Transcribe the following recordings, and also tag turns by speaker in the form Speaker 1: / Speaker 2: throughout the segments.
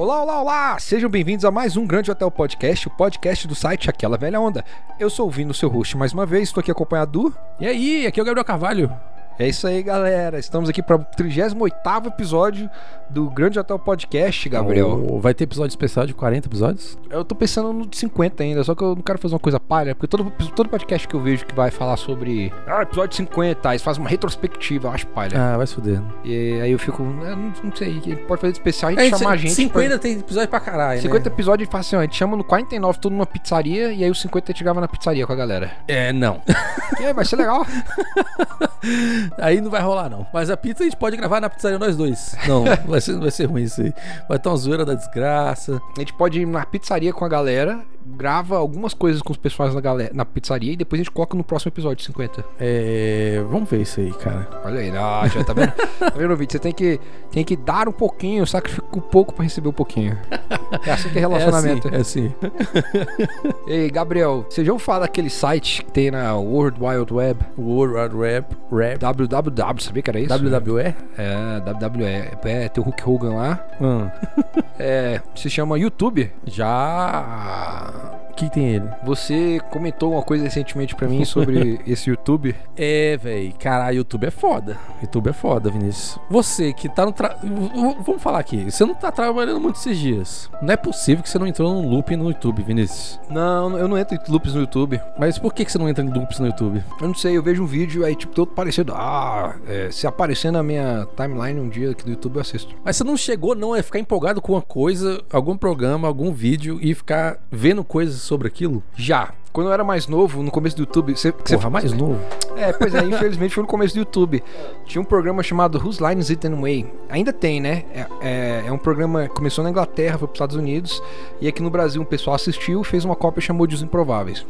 Speaker 1: Olá, sejam bem-vindos a mais um Grande Hotel Podcast, o podcast do site Aquela Velha Onda. Eu sou o Vino, seu host, mais uma vez, estou aqui acompanhado do...
Speaker 2: E aí, aqui é o Gabriel Carvalho.
Speaker 1: É isso aí, galera, estamos aqui para o 38º episódio do Grande Hotel Podcast, Gabriel.
Speaker 2: Oh, vai ter episódio especial de 40 episódios?
Speaker 1: Eu tô pensando no de 50 ainda, só que eu não quero fazer uma coisa palha, porque todo, todo podcast que eu vejo que vai falar sobre ah, episódio 50, eles fazem uma retrospectiva, eu acho palha.
Speaker 2: Ah, vai se fuder.
Speaker 1: E aí eu fico, "Ah, não, não sei, ele pode fazer de especial, a gente
Speaker 2: É,
Speaker 1: chama a gente. pra-
Speaker 2: 50 tem episódio pra caralho.
Speaker 1: 50
Speaker 2: né?
Speaker 1: episódios e fala assim, ó, a gente chama no 49 tudo numa pizzaria e aí os 50 a gente grava na pizzaria com a galera.
Speaker 2: É, não.
Speaker 1: É, vai ser legal.
Speaker 2: aí não vai rolar, não. Mas a pizza a gente pode gravar na pizzaria nós dois. Não, vai ser, vai ser ruim isso aí. Vai estar uma zoeira da desgraça.
Speaker 1: A gente pode ir na pizzaria com a galera, grava algumas coisas com os pessoais na, galera, na pizzaria e depois a gente coloca no próximo episódio 50.
Speaker 2: É. Vamos ver isso aí, cara.
Speaker 1: Olha aí, ah, já tá vendo? tá vendo, ouvinte? Você tem que, tem que dar um pouquinho, sacrifica um pouco pra receber um pouquinho. É assim que é relacionamento.
Speaker 2: É assim. É assim.
Speaker 1: Ei, Gabriel, você já ouviu falar daquele site que tem na World Wide Web?
Speaker 2: World Wide Web. Rap.
Speaker 1: www, sabia que era isso? né?
Speaker 2: WWE?
Speaker 1: É, WWE. É, tem o Hulk Hogan lá. Ah. É, se chama YouTube.
Speaker 2: Já. O que tem ele?
Speaker 1: Você comentou uma coisa recentemente pra mim sobre esse YouTube.
Speaker 2: É, véi. Caralho, YouTube é foda. YouTube é foda, Vinícius. Você que tá no. Tra... v- v- Vamos falar aqui. Você não tá trabalhando muito esses dias. Não é possível que você não entrou num looping no YouTube, Vinícius.
Speaker 1: Não, eu não entro em loops no YouTube.
Speaker 2: Mas por que, que você não entra em loops no YouTube?
Speaker 1: Eu não sei, eu vejo um vídeo aí, tipo, todo parecido. Ah, é, se aparecer na minha timeline um dia aqui do YouTube, eu assisto.
Speaker 2: Mas você não chegou, não, é ficar empolgado com uma coisa, algum programa, algum vídeo e ficar vendo coisas sobre aquilo?
Speaker 1: Já. Quando eu era mais novo, no começo do YouTube, você, você
Speaker 2: Porra, mais novo.
Speaker 1: É, pois é, infelizmente foi no começo do YouTube. Tinha um programa chamado Whose Line Is It Anyway? Ainda tem, né? É, é- é um programa que começou na Inglaterra, foi para os Estados Unidos, e aqui no Brasil um pessoal assistiu, fez uma cópia e chamou de Os Improváveis.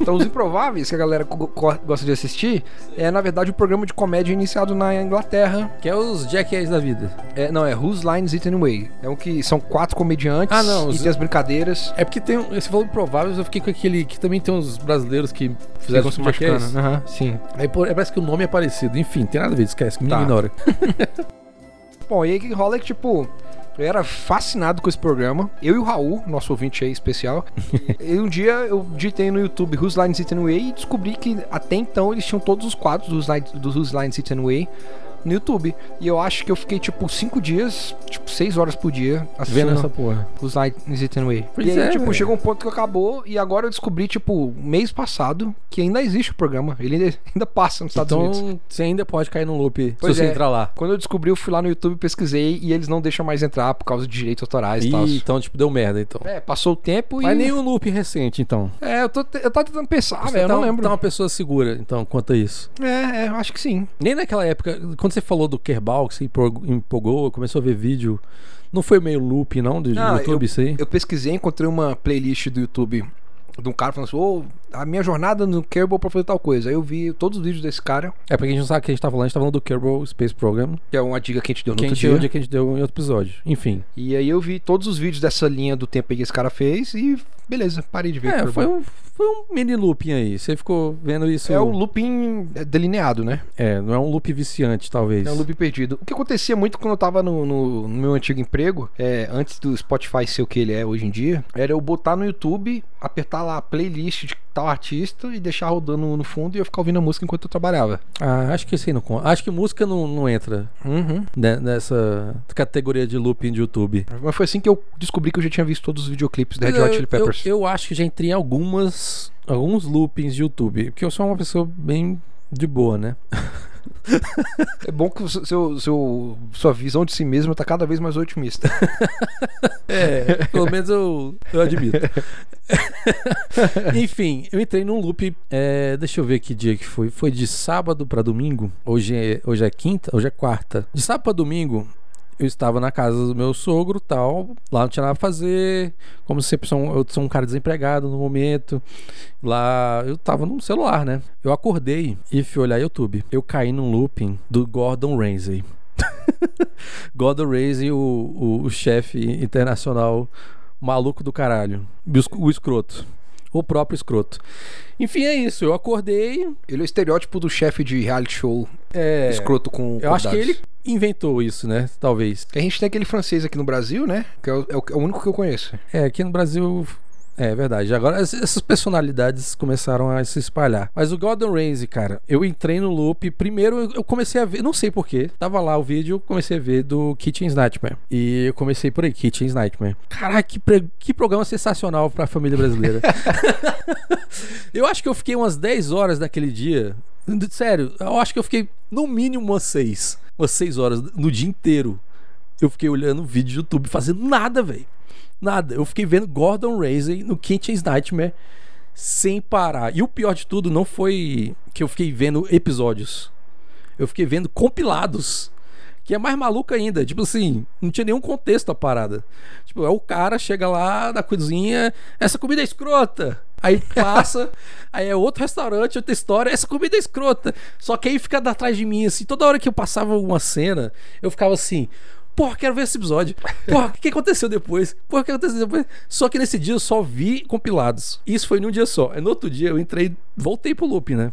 Speaker 1: Então, Os Improváveis, que a galera go- go- gosta de assistir, é na verdade um programa de comédia iniciado na Inglaterra.
Speaker 2: Que é os jackass da vida.
Speaker 1: É, não, é Whose Line Is It Anyway? É um que são quatro comediantes
Speaker 2: Ah, não,
Speaker 1: e
Speaker 2: os-
Speaker 1: tem as brincadeiras.
Speaker 2: É porque tem. um- Você falou prováveis, eu fiquei com aquele. Que também tem uns brasileiros que fizeram
Speaker 1: Ficam
Speaker 2: os
Speaker 1: se
Speaker 2: jackass.
Speaker 1: machucando. Aham, sim.
Speaker 2: Aí pô, parece que o nome é parecido. Enfim, tem nada a ver, esquece, me
Speaker 1: Tá.
Speaker 2: ignora.
Speaker 1: Bom, e aí o que rola é que, tipo, eu era fascinado com esse programa. Eu e o Raul, nosso ouvinte aí especial. e um dia eu digitei no YouTube Whose Lines It Anyway e descobri que até então eles tinham todos os quadros dos, Lines- dos Whose Lines It Anyway no YouTube. E eu acho que eu fiquei, tipo, cinco dias, tipo, seis horas por dia assistindo
Speaker 2: Vendo essa porra.
Speaker 1: os Lines It Anyway.
Speaker 2: Pois
Speaker 1: e aí,
Speaker 2: é,
Speaker 1: tipo,
Speaker 2: velho.
Speaker 1: chegou um ponto que acabou e agora eu descobri, tipo, mês passado, que ainda existe o programa. Ele ainda, ainda passa nos Estados
Speaker 2: então,
Speaker 1: Unidos.
Speaker 2: você ainda pode cair no loop
Speaker 1: Pois
Speaker 2: se você
Speaker 1: é.
Speaker 2: entrar lá.
Speaker 1: Quando eu descobri, eu fui lá no YouTube, pesquisei e eles não deixam mais entrar por causa de direitos autorais e tal.
Speaker 2: Ih, então, tipo, deu merda, então.
Speaker 1: É, passou o tempo e.
Speaker 2: Mas nenhum loop recente, então.
Speaker 1: É, eu, tô te- eu tava tentando pensar,
Speaker 2: Você
Speaker 1: velho. Eu
Speaker 2: tá,
Speaker 1: não lembro.
Speaker 2: Tá uma pessoa segura, então, quanto a isso.
Speaker 1: É, é, eu acho que sim.
Speaker 2: Nem naquela época, quando você falou do Kerbal, que você empolgou- empolgou, começou a ver vídeo, não foi meio loop, não, do
Speaker 1: Não,
Speaker 2: YouTube, isso aí?
Speaker 1: Eu pesquisei, encontrei uma playlist do YouTube de um cara falando assim: ô, a minha jornada no Kerbal pra fazer tal coisa. Aí eu vi todos os vídeos desse cara,
Speaker 2: É, pra quem não sabe o que a gente tá falando, a gente tá falando do Kerbal Space Program,
Speaker 1: que é uma dica que a gente deu no
Speaker 2: que a
Speaker 1: outro
Speaker 2: gente
Speaker 1: dia.
Speaker 2: deu, que a gente deu em outro episódio. Enfim.
Speaker 1: E aí eu vi todos os vídeos dessa linha do tempo aí que esse cara fez e beleza, parei de ver.
Speaker 2: É,
Speaker 1: Kerbal.
Speaker 2: foi um, foi um mini looping aí. Você ficou vendo isso.
Speaker 1: É o looping é, delineado, né?
Speaker 2: É, não é um loop viciante, talvez.
Speaker 1: É um loop perdido. O que acontecia muito quando eu tava no, no- no meu antigo emprego, é, antes do Spotify ser o que ele é hoje em dia, era eu botar no YouTube, apertar lá a playlist de tal artista e deixar rodando no fundo e eu ficar ouvindo a música enquanto eu trabalhava.
Speaker 2: Ah, acho que isso aí não conta. Acho que música não, não entra
Speaker 1: Uhum.
Speaker 2: ne- nessa categoria de looping de YouTube.
Speaker 1: Mas foi assim que eu descobri que eu já tinha visto todos os videoclipes da Red Hot Chili
Speaker 2: Eu- eu,
Speaker 1: Peppers.
Speaker 2: eu acho que já entrei em algumas. alguns loopings de YouTube. Porque eu sou uma pessoa bem de boa, né?
Speaker 1: É bom que o seu, seu- sua visão de si mesmo tá cada vez mais otimista.
Speaker 2: É, pelo menos eu, eu admito. Enfim, eu entrei num loop. é, deixa eu ver que dia que foi. Foi de sábado pra domingo. Hoje é, hoje é quinta, hoje é quarta. De sábado pra domingo. Eu estava na casa do meu sogro tal, lá não tinha nada a fazer, como sempre sou, eu sou um cara desempregado no momento. Lá eu tava no celular, né? Eu acordei e fui olhar YouTube. Eu caí num looping do Gordon Ramsay. Gordon Ramsay, o, o, o chefe internacional maluco do caralho. E os- O escroto. o próprio escroto. Enfim, é isso. Eu acordei.
Speaker 1: Ele é o estereótipo do chefe de reality show
Speaker 2: é,
Speaker 1: escroto com
Speaker 2: eu acho que
Speaker 1: convidados.
Speaker 2: ele inventou isso, né? Talvez.
Speaker 1: A gente tem aquele francês aqui no Brasil, né? Que é o, é o- é o único que eu conheço.
Speaker 2: É, aqui no Brasil. É verdade. Agora ess- essas personalidades começaram a se espalhar. Mas o Gordon Ramsay, cara, eu entrei no loop. Primeiro eu- eu comecei a ver, não sei porquê, tava lá o vídeo, eu comecei a ver do Kitchen's Nightmare. E eu comecei por aí, Kitchen's Nightmare. Caraca, que, pre- que programa sensacional pra família brasileira. eu acho que eu fiquei umas 10 horas daquele dia. Sério, eu acho que eu fiquei no mínimo umas 6. Umas 6 horas no dia inteiro. Eu fiquei olhando vídeo do YouTube, fazendo nada, velho. Nada. Eu fiquei vendo Gordon Ramsay no Kitchen's Nightmare sem parar. E o pior de tudo não foi que eu fiquei vendo episódios. Eu fiquei vendo compilados. Que é mais maluco ainda. Tipo assim, não tinha nenhum contexto a parada. Tipo, é o cara chega lá na cozinha, essa comida é escrota. Aí passa, aí é outro restaurante, outra história, essa comida é escrota. Só que aí fica atrás de mim, assim, toda hora que eu passava uma cena, eu ficava assim. Porra, quero ver esse episódio. Porra, o que aconteceu depois? Porra, o que aconteceu depois? Só que nesse dia eu só vi compilados. Isso foi num dia só. Aí No outro dia eu entrei, voltei pro loop, né?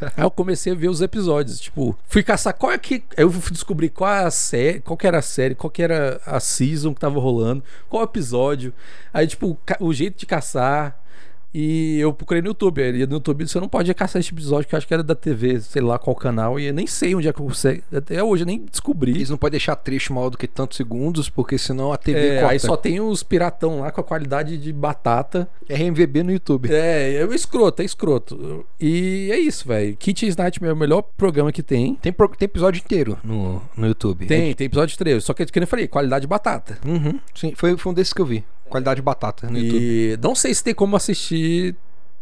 Speaker 2: Aí eu comecei a ver os episódios. Tipo, fui caçar qual é que. Aí eu fui descobrir qual é a série, qual que era a série, qual que era a season que tava rolando, qual episódio. Aí, tipo, o ca- o jeito de caçar. E eu procurei no YouTube. Aí no YouTube você não pode caçar esse episódio, que eu acho que era da TV, sei lá qual canal. E eu nem sei onde é que eu consegui. Até hoje eu nem descobri.
Speaker 1: Eles não podem deixar trecho maior do que tantos segundos, porque senão a TV
Speaker 2: É,
Speaker 1: corta.
Speaker 2: aí só tem os piratão lá com a qualidade de batata.
Speaker 1: É RMVB no YouTube.
Speaker 2: É, é escroto, é escroto. E é isso, velho. Kitchen's Nightmare é o melhor programa que tem.
Speaker 1: Tem, pro- tem episódio inteiro no, no YouTube.
Speaker 2: Tem, tem episódio 3. Só que, que nem eu falei, qualidade batata.
Speaker 1: Uhum, sim, foi, foi um desses que eu vi. Qualidade batata no YouTube.
Speaker 2: E não sei se tem como assistir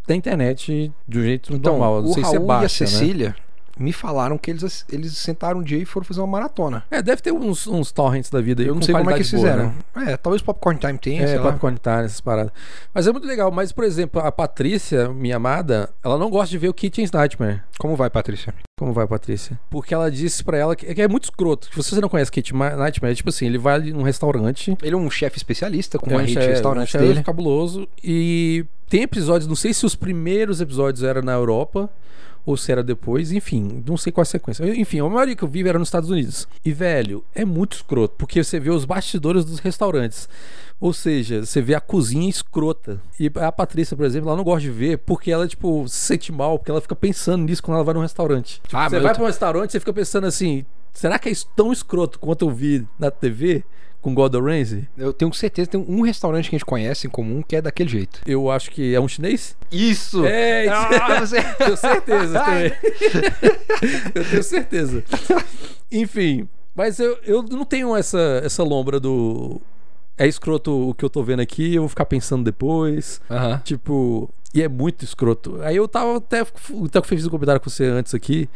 Speaker 2: da internet de um jeito
Speaker 1: Então,
Speaker 2: normal. Não
Speaker 1: o
Speaker 2: sei
Speaker 1: Raul
Speaker 2: se é baixa,
Speaker 1: e a
Speaker 2: né?
Speaker 1: Cecília me falaram que eles, ass- eles sentaram um dia e foram fazer uma maratona.
Speaker 2: É, deve ter uns, uns torrents da vida aí
Speaker 1: Eu não
Speaker 2: com
Speaker 1: sei como é que eles
Speaker 2: qualidade boa,
Speaker 1: fizeram.
Speaker 2: né?
Speaker 1: É, talvez Popcorn Time tenha,
Speaker 2: É,
Speaker 1: sei lá.
Speaker 2: popcorn time, essas paradas. Mas é muito legal. Mas, por exemplo, a Patrícia, minha amada, ela não gosta de ver o Kitchen's Nightmare.
Speaker 1: Como vai, Patrícia?
Speaker 2: Como vai, Patrícia? Porque ela disse pra ela que é, que é muito escroto. Se você não conhece Kate Ma- Nightmare, é tipo assim, ele vai ali num restaurante.
Speaker 1: Ele é um chefe especialista com
Speaker 2: é um
Speaker 1: uma rede de
Speaker 2: chefe-
Speaker 1: restaurante
Speaker 2: um chefe
Speaker 1: dele.
Speaker 2: cabuloso. E tem episódios, não sei se os primeiros episódios eram na Europa ou se era depois, enfim, não sei qual a sequência. Eu- Enfim, a maioria que eu vi era nos Estados Unidos. E, velho, é muito escroto, porque você vê os bastidores dos restaurantes. Ou seja, você vê a cozinha escrota. E a Patrícia, por exemplo, ela não gosta de ver porque ela, tipo, se sente mal, porque ela fica pensando nisso quando ela vai num restaurante. Tipo,
Speaker 1: Ah,
Speaker 2: você
Speaker 1: mas
Speaker 2: vai
Speaker 1: eu-
Speaker 2: pra um restaurante e você fica pensando assim: será que é isso tão escroto quanto eu vi na TV com Gordon Ramsay?
Speaker 1: Eu tenho certeza que tem um restaurante que a gente conhece em comum que é daquele jeito.
Speaker 2: Eu acho que é um chinês?
Speaker 1: Isso!
Speaker 2: É,
Speaker 1: Ah, você...
Speaker 2: tenho certeza também. eu tenho certeza. Enfim, mas eu, eu não tenho essa, essa lombra do. É escroto o que eu tô vendo aqui, eu vou ficar pensando depois.
Speaker 1: Aham.
Speaker 2: Tipo, e é muito escroto. Aí eu tava até, até fiz um comentário com você antes aqui,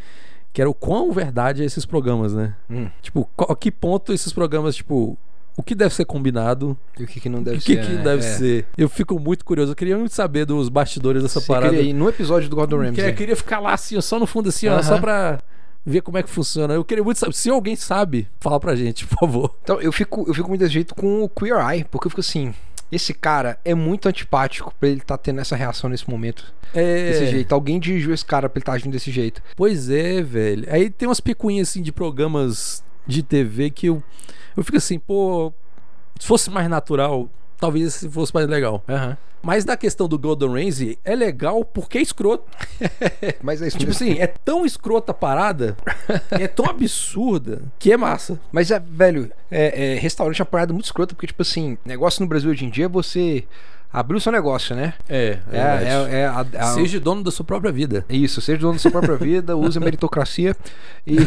Speaker 2: que era o quão verdade é esses programas, né?
Speaker 1: Hum.
Speaker 2: Tipo, qual- a que ponto esses programas, tipo, o que deve ser combinado
Speaker 1: E o que, que não deve
Speaker 2: o que,
Speaker 1: ser?
Speaker 2: que
Speaker 1: né?
Speaker 2: deve
Speaker 1: É.
Speaker 2: ser? Eu fico muito curioso. Eu queria muito saber dos bastidores dessa
Speaker 1: Você
Speaker 2: parada.
Speaker 1: queria ir no episódio do Gordon
Speaker 2: Que- eu
Speaker 1: Ramsay.
Speaker 2: queria ficar lá assim, ó, só no fundo assim, ó,
Speaker 1: Aham.
Speaker 2: só pra ver como é que funciona. Eu queria muito saber. Se alguém sabe, fala pra gente, por favor.
Speaker 1: Então, eu fico, eu fico muito desse jeito com o Queer Eye, porque eu fico assim... Esse cara é muito antipático pra ele tá tendo essa reação nesse momento.
Speaker 2: É,
Speaker 1: Desse jeito. Alguém dirigiu esse cara pra ele tá agindo desse jeito.
Speaker 2: Pois é, velho. Aí tem umas picuinhas assim de programas de TV que eu, eu fico assim, pô, se fosse mais natural, talvez se fosse mais legal.
Speaker 1: Aham.
Speaker 2: Mas da questão do Golden Ramsay, é legal porque é escroto.
Speaker 1: Mas é isso
Speaker 2: Tipo
Speaker 1: mesmo.
Speaker 2: assim, é tão escrota a parada, é tão absurda, que é massa.
Speaker 1: Mas é, velho, é, é, restaurante é uma parada muito escrota, porque, tipo assim, negócio no Brasil hoje em dia é você abrir o seu negócio, né?
Speaker 2: É,
Speaker 1: É, é, é a, a-
Speaker 2: Seja dono da sua própria vida.
Speaker 1: Isso, seja dono da sua própria vida, use a meritocracia. E.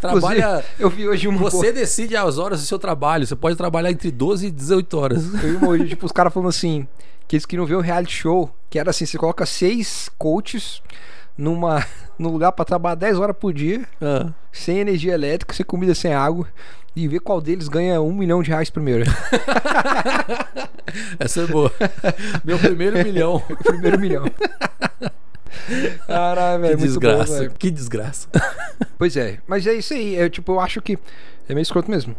Speaker 2: Trabalha.
Speaker 1: Inclusive, Eu vi hoje uma.
Speaker 2: Você decide ah, as horas do seu trabalho. Você pode trabalhar entre 12 e 18 horas.
Speaker 1: Eu vi uma hoje, tipo, os caras falando assim, que eles queriam ver o reality show, que era assim, você coloca seis coaches numa, num lugar pra trabalhar 10 horas por dia,
Speaker 2: Ah.
Speaker 1: sem energia elétrica, sem comida, sem água, e ver qual deles ganha um milhão de reais primeiro.
Speaker 2: Essa é boa. Meu primeiro milhão.
Speaker 1: O primeiro milhão. Caralho,
Speaker 2: Que
Speaker 1: velho, muito bom,
Speaker 2: desgraça.
Speaker 1: velho.
Speaker 2: que desgraça.
Speaker 1: Pois é, mas é isso aí. Eu, tipo, eu acho que é meio é escroto mesmo.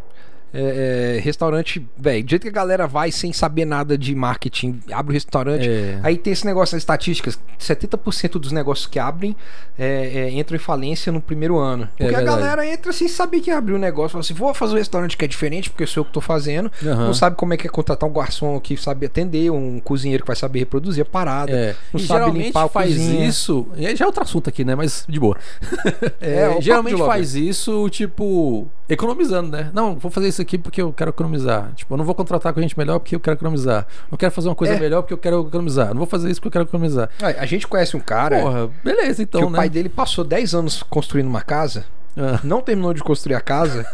Speaker 1: é, é, restaurante, velho, do jeito que a galera vai sem saber nada de marketing, abre o restaurante.
Speaker 2: É.
Speaker 1: Aí tem esse negócio das estatísticas: 70% dos negócios que abrem é, é, entram em falência no primeiro ano.
Speaker 2: É
Speaker 1: Porque a
Speaker 2: verdade.
Speaker 1: galera entra sem saber que abriu o negócio. Fala assim: vou fazer um restaurante que é diferente, porque eu sei o que tô fazendo.
Speaker 2: Aham.
Speaker 1: Não sabe como é que é contratar um garçom que sabe atender, um cozinheiro que vai saber reproduzir a parada.
Speaker 2: É,
Speaker 1: Não
Speaker 2: e
Speaker 1: sabe
Speaker 2: geralmente
Speaker 1: limpar a
Speaker 2: faz
Speaker 1: cozinha.
Speaker 2: isso. e Já é outro assunto aqui, né? Mas de boa. É,
Speaker 1: o papo
Speaker 2: geralmente
Speaker 1: de logo.
Speaker 2: faz isso, tipo, economizando, né? Não, vou fazer isso aqui porque eu quero economizar. Tipo, eu não vou contratar com gente melhor porque eu quero economizar. Não quero fazer uma coisa
Speaker 1: É.
Speaker 2: melhor porque eu quero economizar. Não vou fazer isso porque eu quero economizar.
Speaker 1: Ah, A gente conhece um cara
Speaker 2: Porra, beleza, então,
Speaker 1: que o
Speaker 2: né?
Speaker 1: pai dele passou 10 anos construindo uma casa.
Speaker 2: Ah,
Speaker 1: não terminou de construir a casa,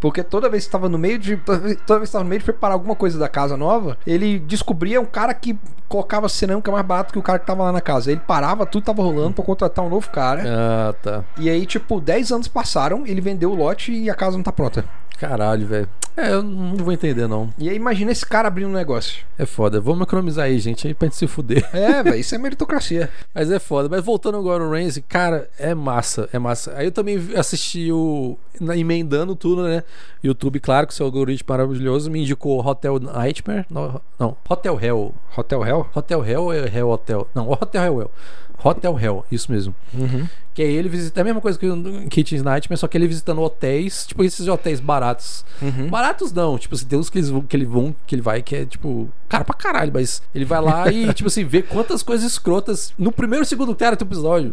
Speaker 1: porque toda vez que estava no meio de toda vez que estava no meio de preparar alguma coisa da casa nova, ele descobria um cara que colocava cerâmica mais barato que o cara que tava lá na casa. Ele parava, tudo tava rolando pra contratar um novo cara.
Speaker 2: ah, tá.
Speaker 1: E aí, tipo, 10 anos passaram, ele vendeu o lote e a casa não tá pronta.
Speaker 2: Caralho, velho. É, eu não vou entender, não.
Speaker 1: E aí imagina esse cara abrindo um negócio.
Speaker 2: É foda. Vamos economizar aí, gente, aí pra gente se fuder.
Speaker 1: É, velho, isso é meritocracia.
Speaker 2: Mas é foda. Mas voltando agora ao Reigns, cara, é massa, é massa. Aí eu também vi- assisti o. na- Emendando tudo, né? YouTube, claro, com seu algoritmo maravilhoso, me indicou Hotel Nightmare. Não, não, Hotel Hell.
Speaker 1: Hotel Hell?
Speaker 2: Hotel Hell ou é Hell Hotel? Não, Hotel Hell. Hell. Hotel Hell, isso mesmo. Que é ele visitando. É a mesma coisa que o Kitchen Nightmare, só que ele visitando hotéis, tipo esses hotéis baratos. Baratos não, tipo assim, tem uns que, eles vão, que ele vão, que ele vai, que é tipo, cara pra caralho, mas ele vai lá e, tipo assim, vê quantas coisas escrotas. No primeiro e segundo cara do episódio,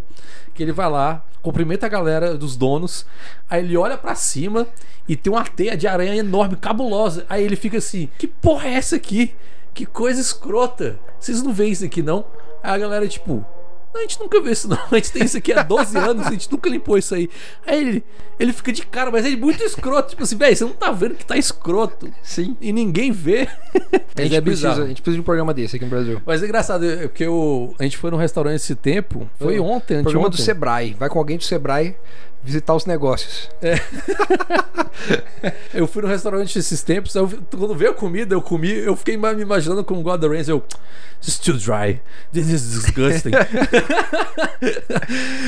Speaker 2: que ele vai lá, cumprimenta a galera dos donos, aí ele olha pra cima e tem uma teia de aranha enorme, cabulosa. Aí ele fica assim, que porra é essa aqui? Que coisa escrota! Vocês não veem isso aqui, não? Aí a galera, tipo, não, a gente nunca viu isso, não. A gente tem isso aqui há 12 anos, a gente nunca limpou isso aí. Aí ele, ele fica de cara, mas ele é muito escroto. Tipo assim, velho, você não tá vendo que tá escroto.
Speaker 1: Sim.
Speaker 2: E ninguém vê.
Speaker 1: A
Speaker 2: Mas
Speaker 1: gente, precisa, a
Speaker 2: é bizarro.
Speaker 1: gente precisa de um programa desse aqui no Brasil.
Speaker 2: Mas é engraçado, é porque eu, a gente foi num restaurante esse tempo. Foi
Speaker 1: Eu-
Speaker 2: ontem,
Speaker 1: Programa um do
Speaker 2: anteontem.
Speaker 1: Sebrae. Vai com alguém do Sebrae visitar os negócios.
Speaker 2: Eu fui num restaurante esses tempos, aí eu vi- quando veio a comida, eu comi, eu fiquei ma- me imaginando como God of the Rings, eu. This is too dry. This is disgusting.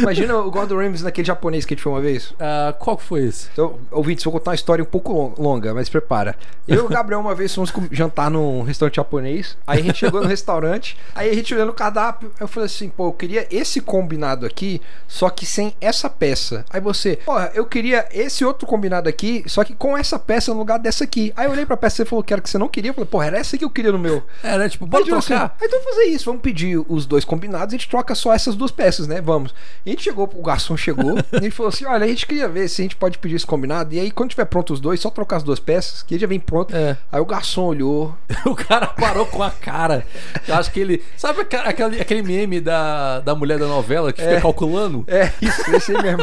Speaker 1: Imagina o Gordon Ramsay naquele japonês que a gente foi uma vez.
Speaker 2: Ah, qual que foi esse?
Speaker 1: Então, ouvintes, vou contar uma história um pouco lon- longa, mas prepara. Eu e o Gabriel uma vez fomos com- jantar num restaurante japonês. Aí a gente chegou no restaurante, aí a gente olhando o cardápio, eu falei assim, pô, eu queria esse combinado aqui, só que sem essa peça. Aí você, porra, eu queria esse outro combinado aqui, só que com essa peça no lugar dessa aqui. Aí eu olhei pra peça e você falou que era que você não queria. Eu falei, porra, era essa que eu queria no meu.
Speaker 2: Era tipo, bora
Speaker 1: Aí eu digo
Speaker 2: trocar.
Speaker 1: assim, "Ah, então vamos fazer isso, vamos pedir os dois combinados, a gente troca só essas duas peças, né? Vamos. E a gente chegou, o garçom chegou, e ele falou assim: olha, a gente queria ver se a gente pode pedir esse combinado. E aí, quando tiver pronto os dois, só trocar as duas peças, que já vem pronto.
Speaker 2: É.
Speaker 1: Aí o garçom olhou.
Speaker 2: O cara parou com a cara. Eu acho que ele. Sabe aqua- aquele, aquele meme da, da mulher da novela que fica calculando?
Speaker 1: É, isso, esse aí mesmo.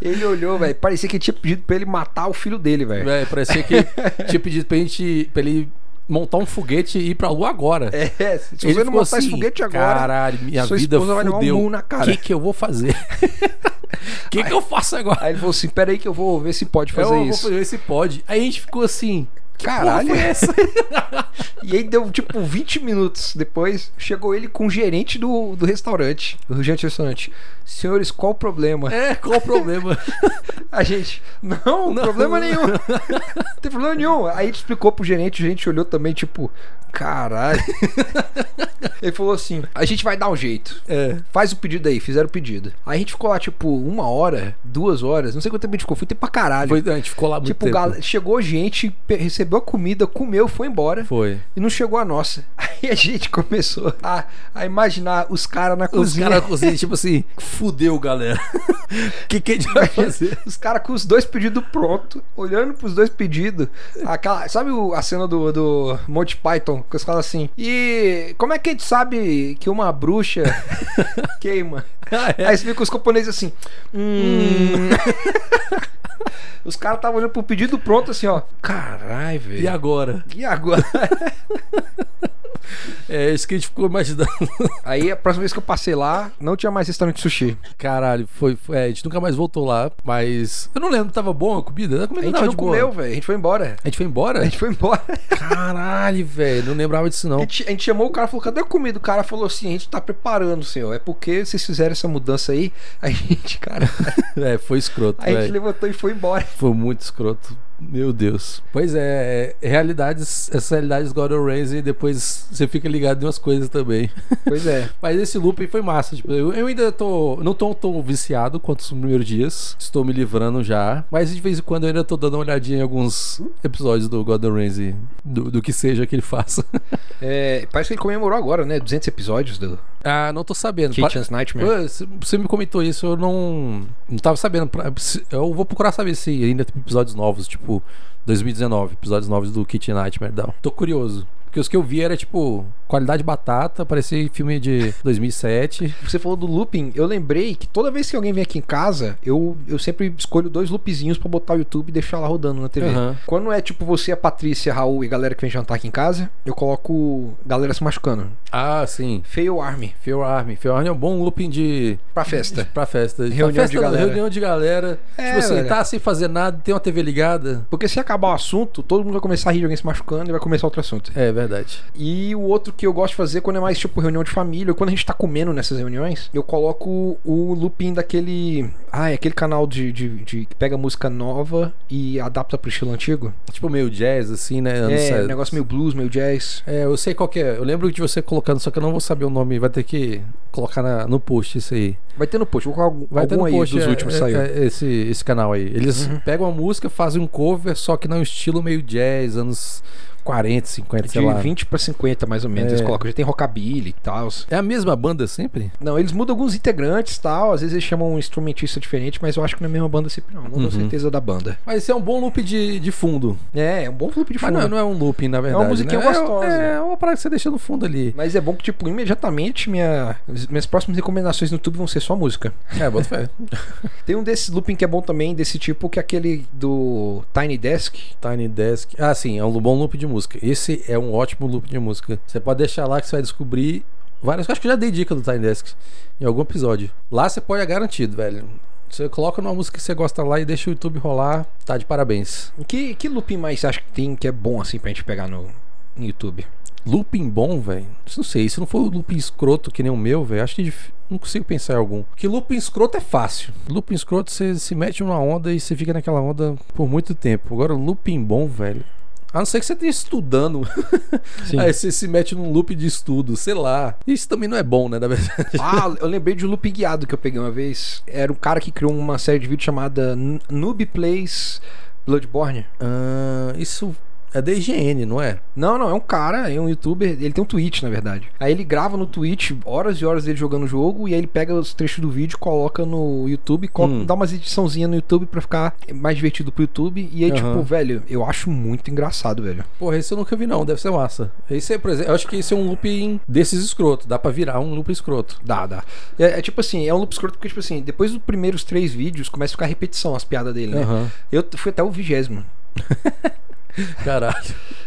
Speaker 1: ele olhou, velho. Parecia que tinha pedido pra ele matar o filho dele, velho.
Speaker 2: Véi, É, parecia que tinha pedido pra, gente, pra ele montar um foguete e ir pra lua agora.
Speaker 1: É, se você
Speaker 2: Ele
Speaker 1: não
Speaker 2: ficou
Speaker 1: matar esse
Speaker 2: assim,
Speaker 1: foguete agora.
Speaker 2: Caralho, minha
Speaker 1: sua
Speaker 2: vida
Speaker 1: esposa vai levar um
Speaker 2: fudeu.
Speaker 1: murro na cara."
Speaker 2: O que, que eu vou fazer? O que, que eu faço agora?
Speaker 1: Aí ele falou assim: peraí, que eu vou ver se pode fazer
Speaker 2: eu
Speaker 1: isso.
Speaker 2: vou fazer esse pod. Aí a gente ficou assim. "Que porra
Speaker 1: Caralho. é.
Speaker 2: foi essa?
Speaker 1: E aí deu tipo 20 minutos depois, chegou ele com o gerente do, do restaurante, do gerente do restaurante. Senhores, qual o problema?
Speaker 2: É, qual o problema?
Speaker 1: A gente, não,
Speaker 2: Não.
Speaker 1: problema nenhum. não tem problema nenhum. Aí ele explicou pro gerente, o gerente olhou também, tipo, caralho. ele falou assim: a gente vai dar um jeito.
Speaker 2: É.
Speaker 1: Faz o pedido aí, fizeram o pedido. Aí a gente ficou lá, tipo, uma hora, duas horas, não sei quanto tempo a gente ficou, foi tempo pra caralho.
Speaker 2: Foi- a gente ficou lá muito
Speaker 1: tipo,
Speaker 2: tempo.
Speaker 1: gal- chegou gente, pe- recebeu a comida, comeu, foi embora
Speaker 2: Foi.
Speaker 1: e não chegou a nossa. Aí a gente começou a, a imaginar os caras na
Speaker 2: Os
Speaker 1: cozinha.
Speaker 2: caras na cozinha, tipo assim, fudeu, galera. O que, que a gente vai fazer?
Speaker 1: Os caras com os dois pedidos pronto, olhando pros dois pedidos. Aquela, sabe o- a cena do, do Monty Python? Que os caras assim. E como é que a gente sabe que uma bruxa queima?
Speaker 2: Ah, é.
Speaker 1: Aí você fica os componentes assim. Hum. os caras estavam olhando pro pedido pronto assim, ó. Caralho,
Speaker 2: E
Speaker 1: velho.
Speaker 2: agora?
Speaker 1: E agora?
Speaker 2: É isso que a gente ficou imaginando.
Speaker 1: Aí a próxima vez que eu passei lá, não tinha mais restaurante de sushi.
Speaker 2: Caralho, foi, foi- é, a gente nunca mais voltou lá, mas. Eu não lembro, tava boa a comida? A comida
Speaker 1: A gente
Speaker 2: tava
Speaker 1: não
Speaker 2: de boa.
Speaker 1: comeu, velho. A gente foi embora.
Speaker 2: A gente foi embora?
Speaker 1: A gente foi embora.
Speaker 2: Caralho, velho, não lembrava disso
Speaker 1: A
Speaker 2: não.
Speaker 1: gente, a gente chamou o cara e falou: cadê a comida? O cara falou assim: a gente tá preparando, senhor. É porque vocês fizeram essa mudança aí. A gente, cara.
Speaker 2: É, foi escroto,
Speaker 1: A gente
Speaker 2: velho.
Speaker 1: levantou e foi embora.
Speaker 2: Foi muito escroto. Meu Deus. Pois é, é, realidades, essas realidades God of Raise e depois você fica ligado em umas coisas também.
Speaker 1: Pois é.
Speaker 2: Mas esse looping foi massa. Tipo, eu, eu ainda tô. Não tô tão viciado quanto os primeiros dias. Estou me livrando já. Mas de vez em quando eu ainda tô dando uma olhadinha em alguns episódios do God of Raise, do, do que seja que ele faça.
Speaker 1: É, parece que ele comemorou agora, né? 200 episódios do
Speaker 2: Ah, não tô sabendo. Pa-
Speaker 1: Kitchen's Nightmare.
Speaker 2: Ô, c- Você me comentou isso, eu não. Não tava sabendo. Pra- se- Eu vou procurar saber se ainda tem episódios novos, tipo 2019, episódios novos do Kitchen Nightmare. Down. Tô curioso. Porque os que eu vi era tipo qualidade batata, parecia filme de 2007.
Speaker 1: Você falou do looping, eu lembrei que toda vez que alguém vem aqui em casa, eu, eu sempre escolho dois loopzinhos pra botar o YouTube e deixar lá rodando na TV.
Speaker 2: Aham.
Speaker 1: Quando é tipo você, a Patrícia, Raul e galera que vem jantar aqui em casa, eu coloco galera se machucando.
Speaker 2: Ah, sim.
Speaker 1: Fail Army
Speaker 2: Fear Army. Fear Army é um bom looping de.
Speaker 1: pra festa.
Speaker 2: pra festa. Pra
Speaker 1: Reunião de
Speaker 2: festa não,
Speaker 1: galera.
Speaker 2: Reunião de galera.
Speaker 1: É,
Speaker 2: tipo assim,
Speaker 1: velho.
Speaker 2: tá sem fazer nada, tem uma TV ligada.
Speaker 1: Porque se acabar o assunto, todo mundo vai começar a rir de alguém se machucando e vai começar outro assunto.
Speaker 2: É verdade.
Speaker 1: E o outro que eu gosto de fazer quando é mais tipo reunião de família, ou quando a gente tá comendo nessas reuniões, eu coloco o looping daquele. Ah, é aquele canal de, de, de- que pega música nova e adapta pro estilo antigo.
Speaker 2: Tipo meio jazz, assim, né? Anos
Speaker 1: É,
Speaker 2: set-
Speaker 1: um negócio meio blues, meio jazz.
Speaker 2: É, eu sei qual que é. Eu lembro de você colocando, só que eu não vou saber o nome. Vai ter que colocar na- no post isso aí.
Speaker 1: Vai ter no post, vou colocar algum,
Speaker 2: Vai ter
Speaker 1: algum
Speaker 2: no
Speaker 1: aí
Speaker 2: post
Speaker 1: dos
Speaker 2: é-
Speaker 1: últimos
Speaker 2: é-
Speaker 1: que saiu. Uhum.
Speaker 2: é esse, esse canal aí. Eles pegam a música, fazem um cover, só que num estilo meio jazz, anos 40, 50, sei lá.
Speaker 1: É de 20 pra 50, mais ou menos,
Speaker 2: É.
Speaker 1: eles colocam. Já tem rockabilly e tal.
Speaker 2: É a mesma banda sempre?
Speaker 1: Não, eles mudam alguns integrantes e tal. Às vezes eles chamam um instrumentista diferente, mas eu acho que não é a mesma banda sempre, não. Não tenho certeza da banda.
Speaker 2: Mas isso é um bom loop de, de fundo.
Speaker 1: É, é um bom loop de
Speaker 2: Mas
Speaker 1: fundo.
Speaker 2: não, é- não é um looping, na verdade.
Speaker 1: musiquinha
Speaker 2: né?
Speaker 1: gostosa.
Speaker 2: É, é uma parada que você deixa no fundo ali.
Speaker 1: Mas é bom que, tipo, imediatamente minha, minhas próximas recomendações no YouTube vão ser só música.
Speaker 2: É, bota fé.
Speaker 1: Tem um desses looping que é bom também, desse tipo, que é aquele do Tiny Desk.
Speaker 2: Tiny Desk. Ah, sim, é um bom loop de música. Esse é um ótimo loop de música. Você pode deixar lá que você vai descobrir várias. Acho que eu já dei dica do Tiny Desk em algum episódio. Lá você pode é garantido, velho. Você coloca numa música que você gosta lá e deixa o YouTube rolar, tá de parabéns.
Speaker 1: Que, que looping mais você acha que tem que é bom, assim, pra gente pegar no, no YouTube?
Speaker 2: Looping bom, velho? Isso Não sei, se não for um looping escroto que nem o meu, velho, acho que é dif- não consigo pensar em algum. Que looping escroto é fácil. Looping escroto você se mete numa onda e você fica naquela onda por muito tempo. Agora, looping bom, velho. A não ser que você esteja estudando
Speaker 1: Sim.
Speaker 2: Aí você se mete num loop de estudo, sei lá. Isso também não é bom, né? Na verdade.
Speaker 1: Ah, eu lembrei de um looping guiado que eu peguei uma vez. Era um cara que criou uma série de vídeos chamada N- Noob Plays Bloodborne.
Speaker 2: Ah, isso é da IGN, não é?
Speaker 1: Não, não, é um cara, é um youtuber, ele tem um Twitch, na verdade. Aí ele grava no Twitch horas e horas dele jogando o jogo, e aí ele pega os trechos do vídeo, coloca no YouTube, colo-
Speaker 2: Hum.
Speaker 1: dá umas ediçãozinhas no YouTube pra ficar mais divertido pro YouTube. E aí,
Speaker 2: Aham.
Speaker 1: tipo, velho, eu acho muito engraçado, velho.
Speaker 2: Porra, esse eu nunca vi, não. Deve ser massa. Esse é, por exemplo, eu acho que esse é um looping desses escroto. Dá pra virar um looping escroto.
Speaker 1: Dá, dá. É, é tipo assim, é um loop escroto porque, tipo assim, depois dos primeiros três vídeos começa a ficar repetição as piadas dele, né?
Speaker 2: Aham.
Speaker 1: Eu t- fui até o vigésimo.
Speaker 2: Caralho.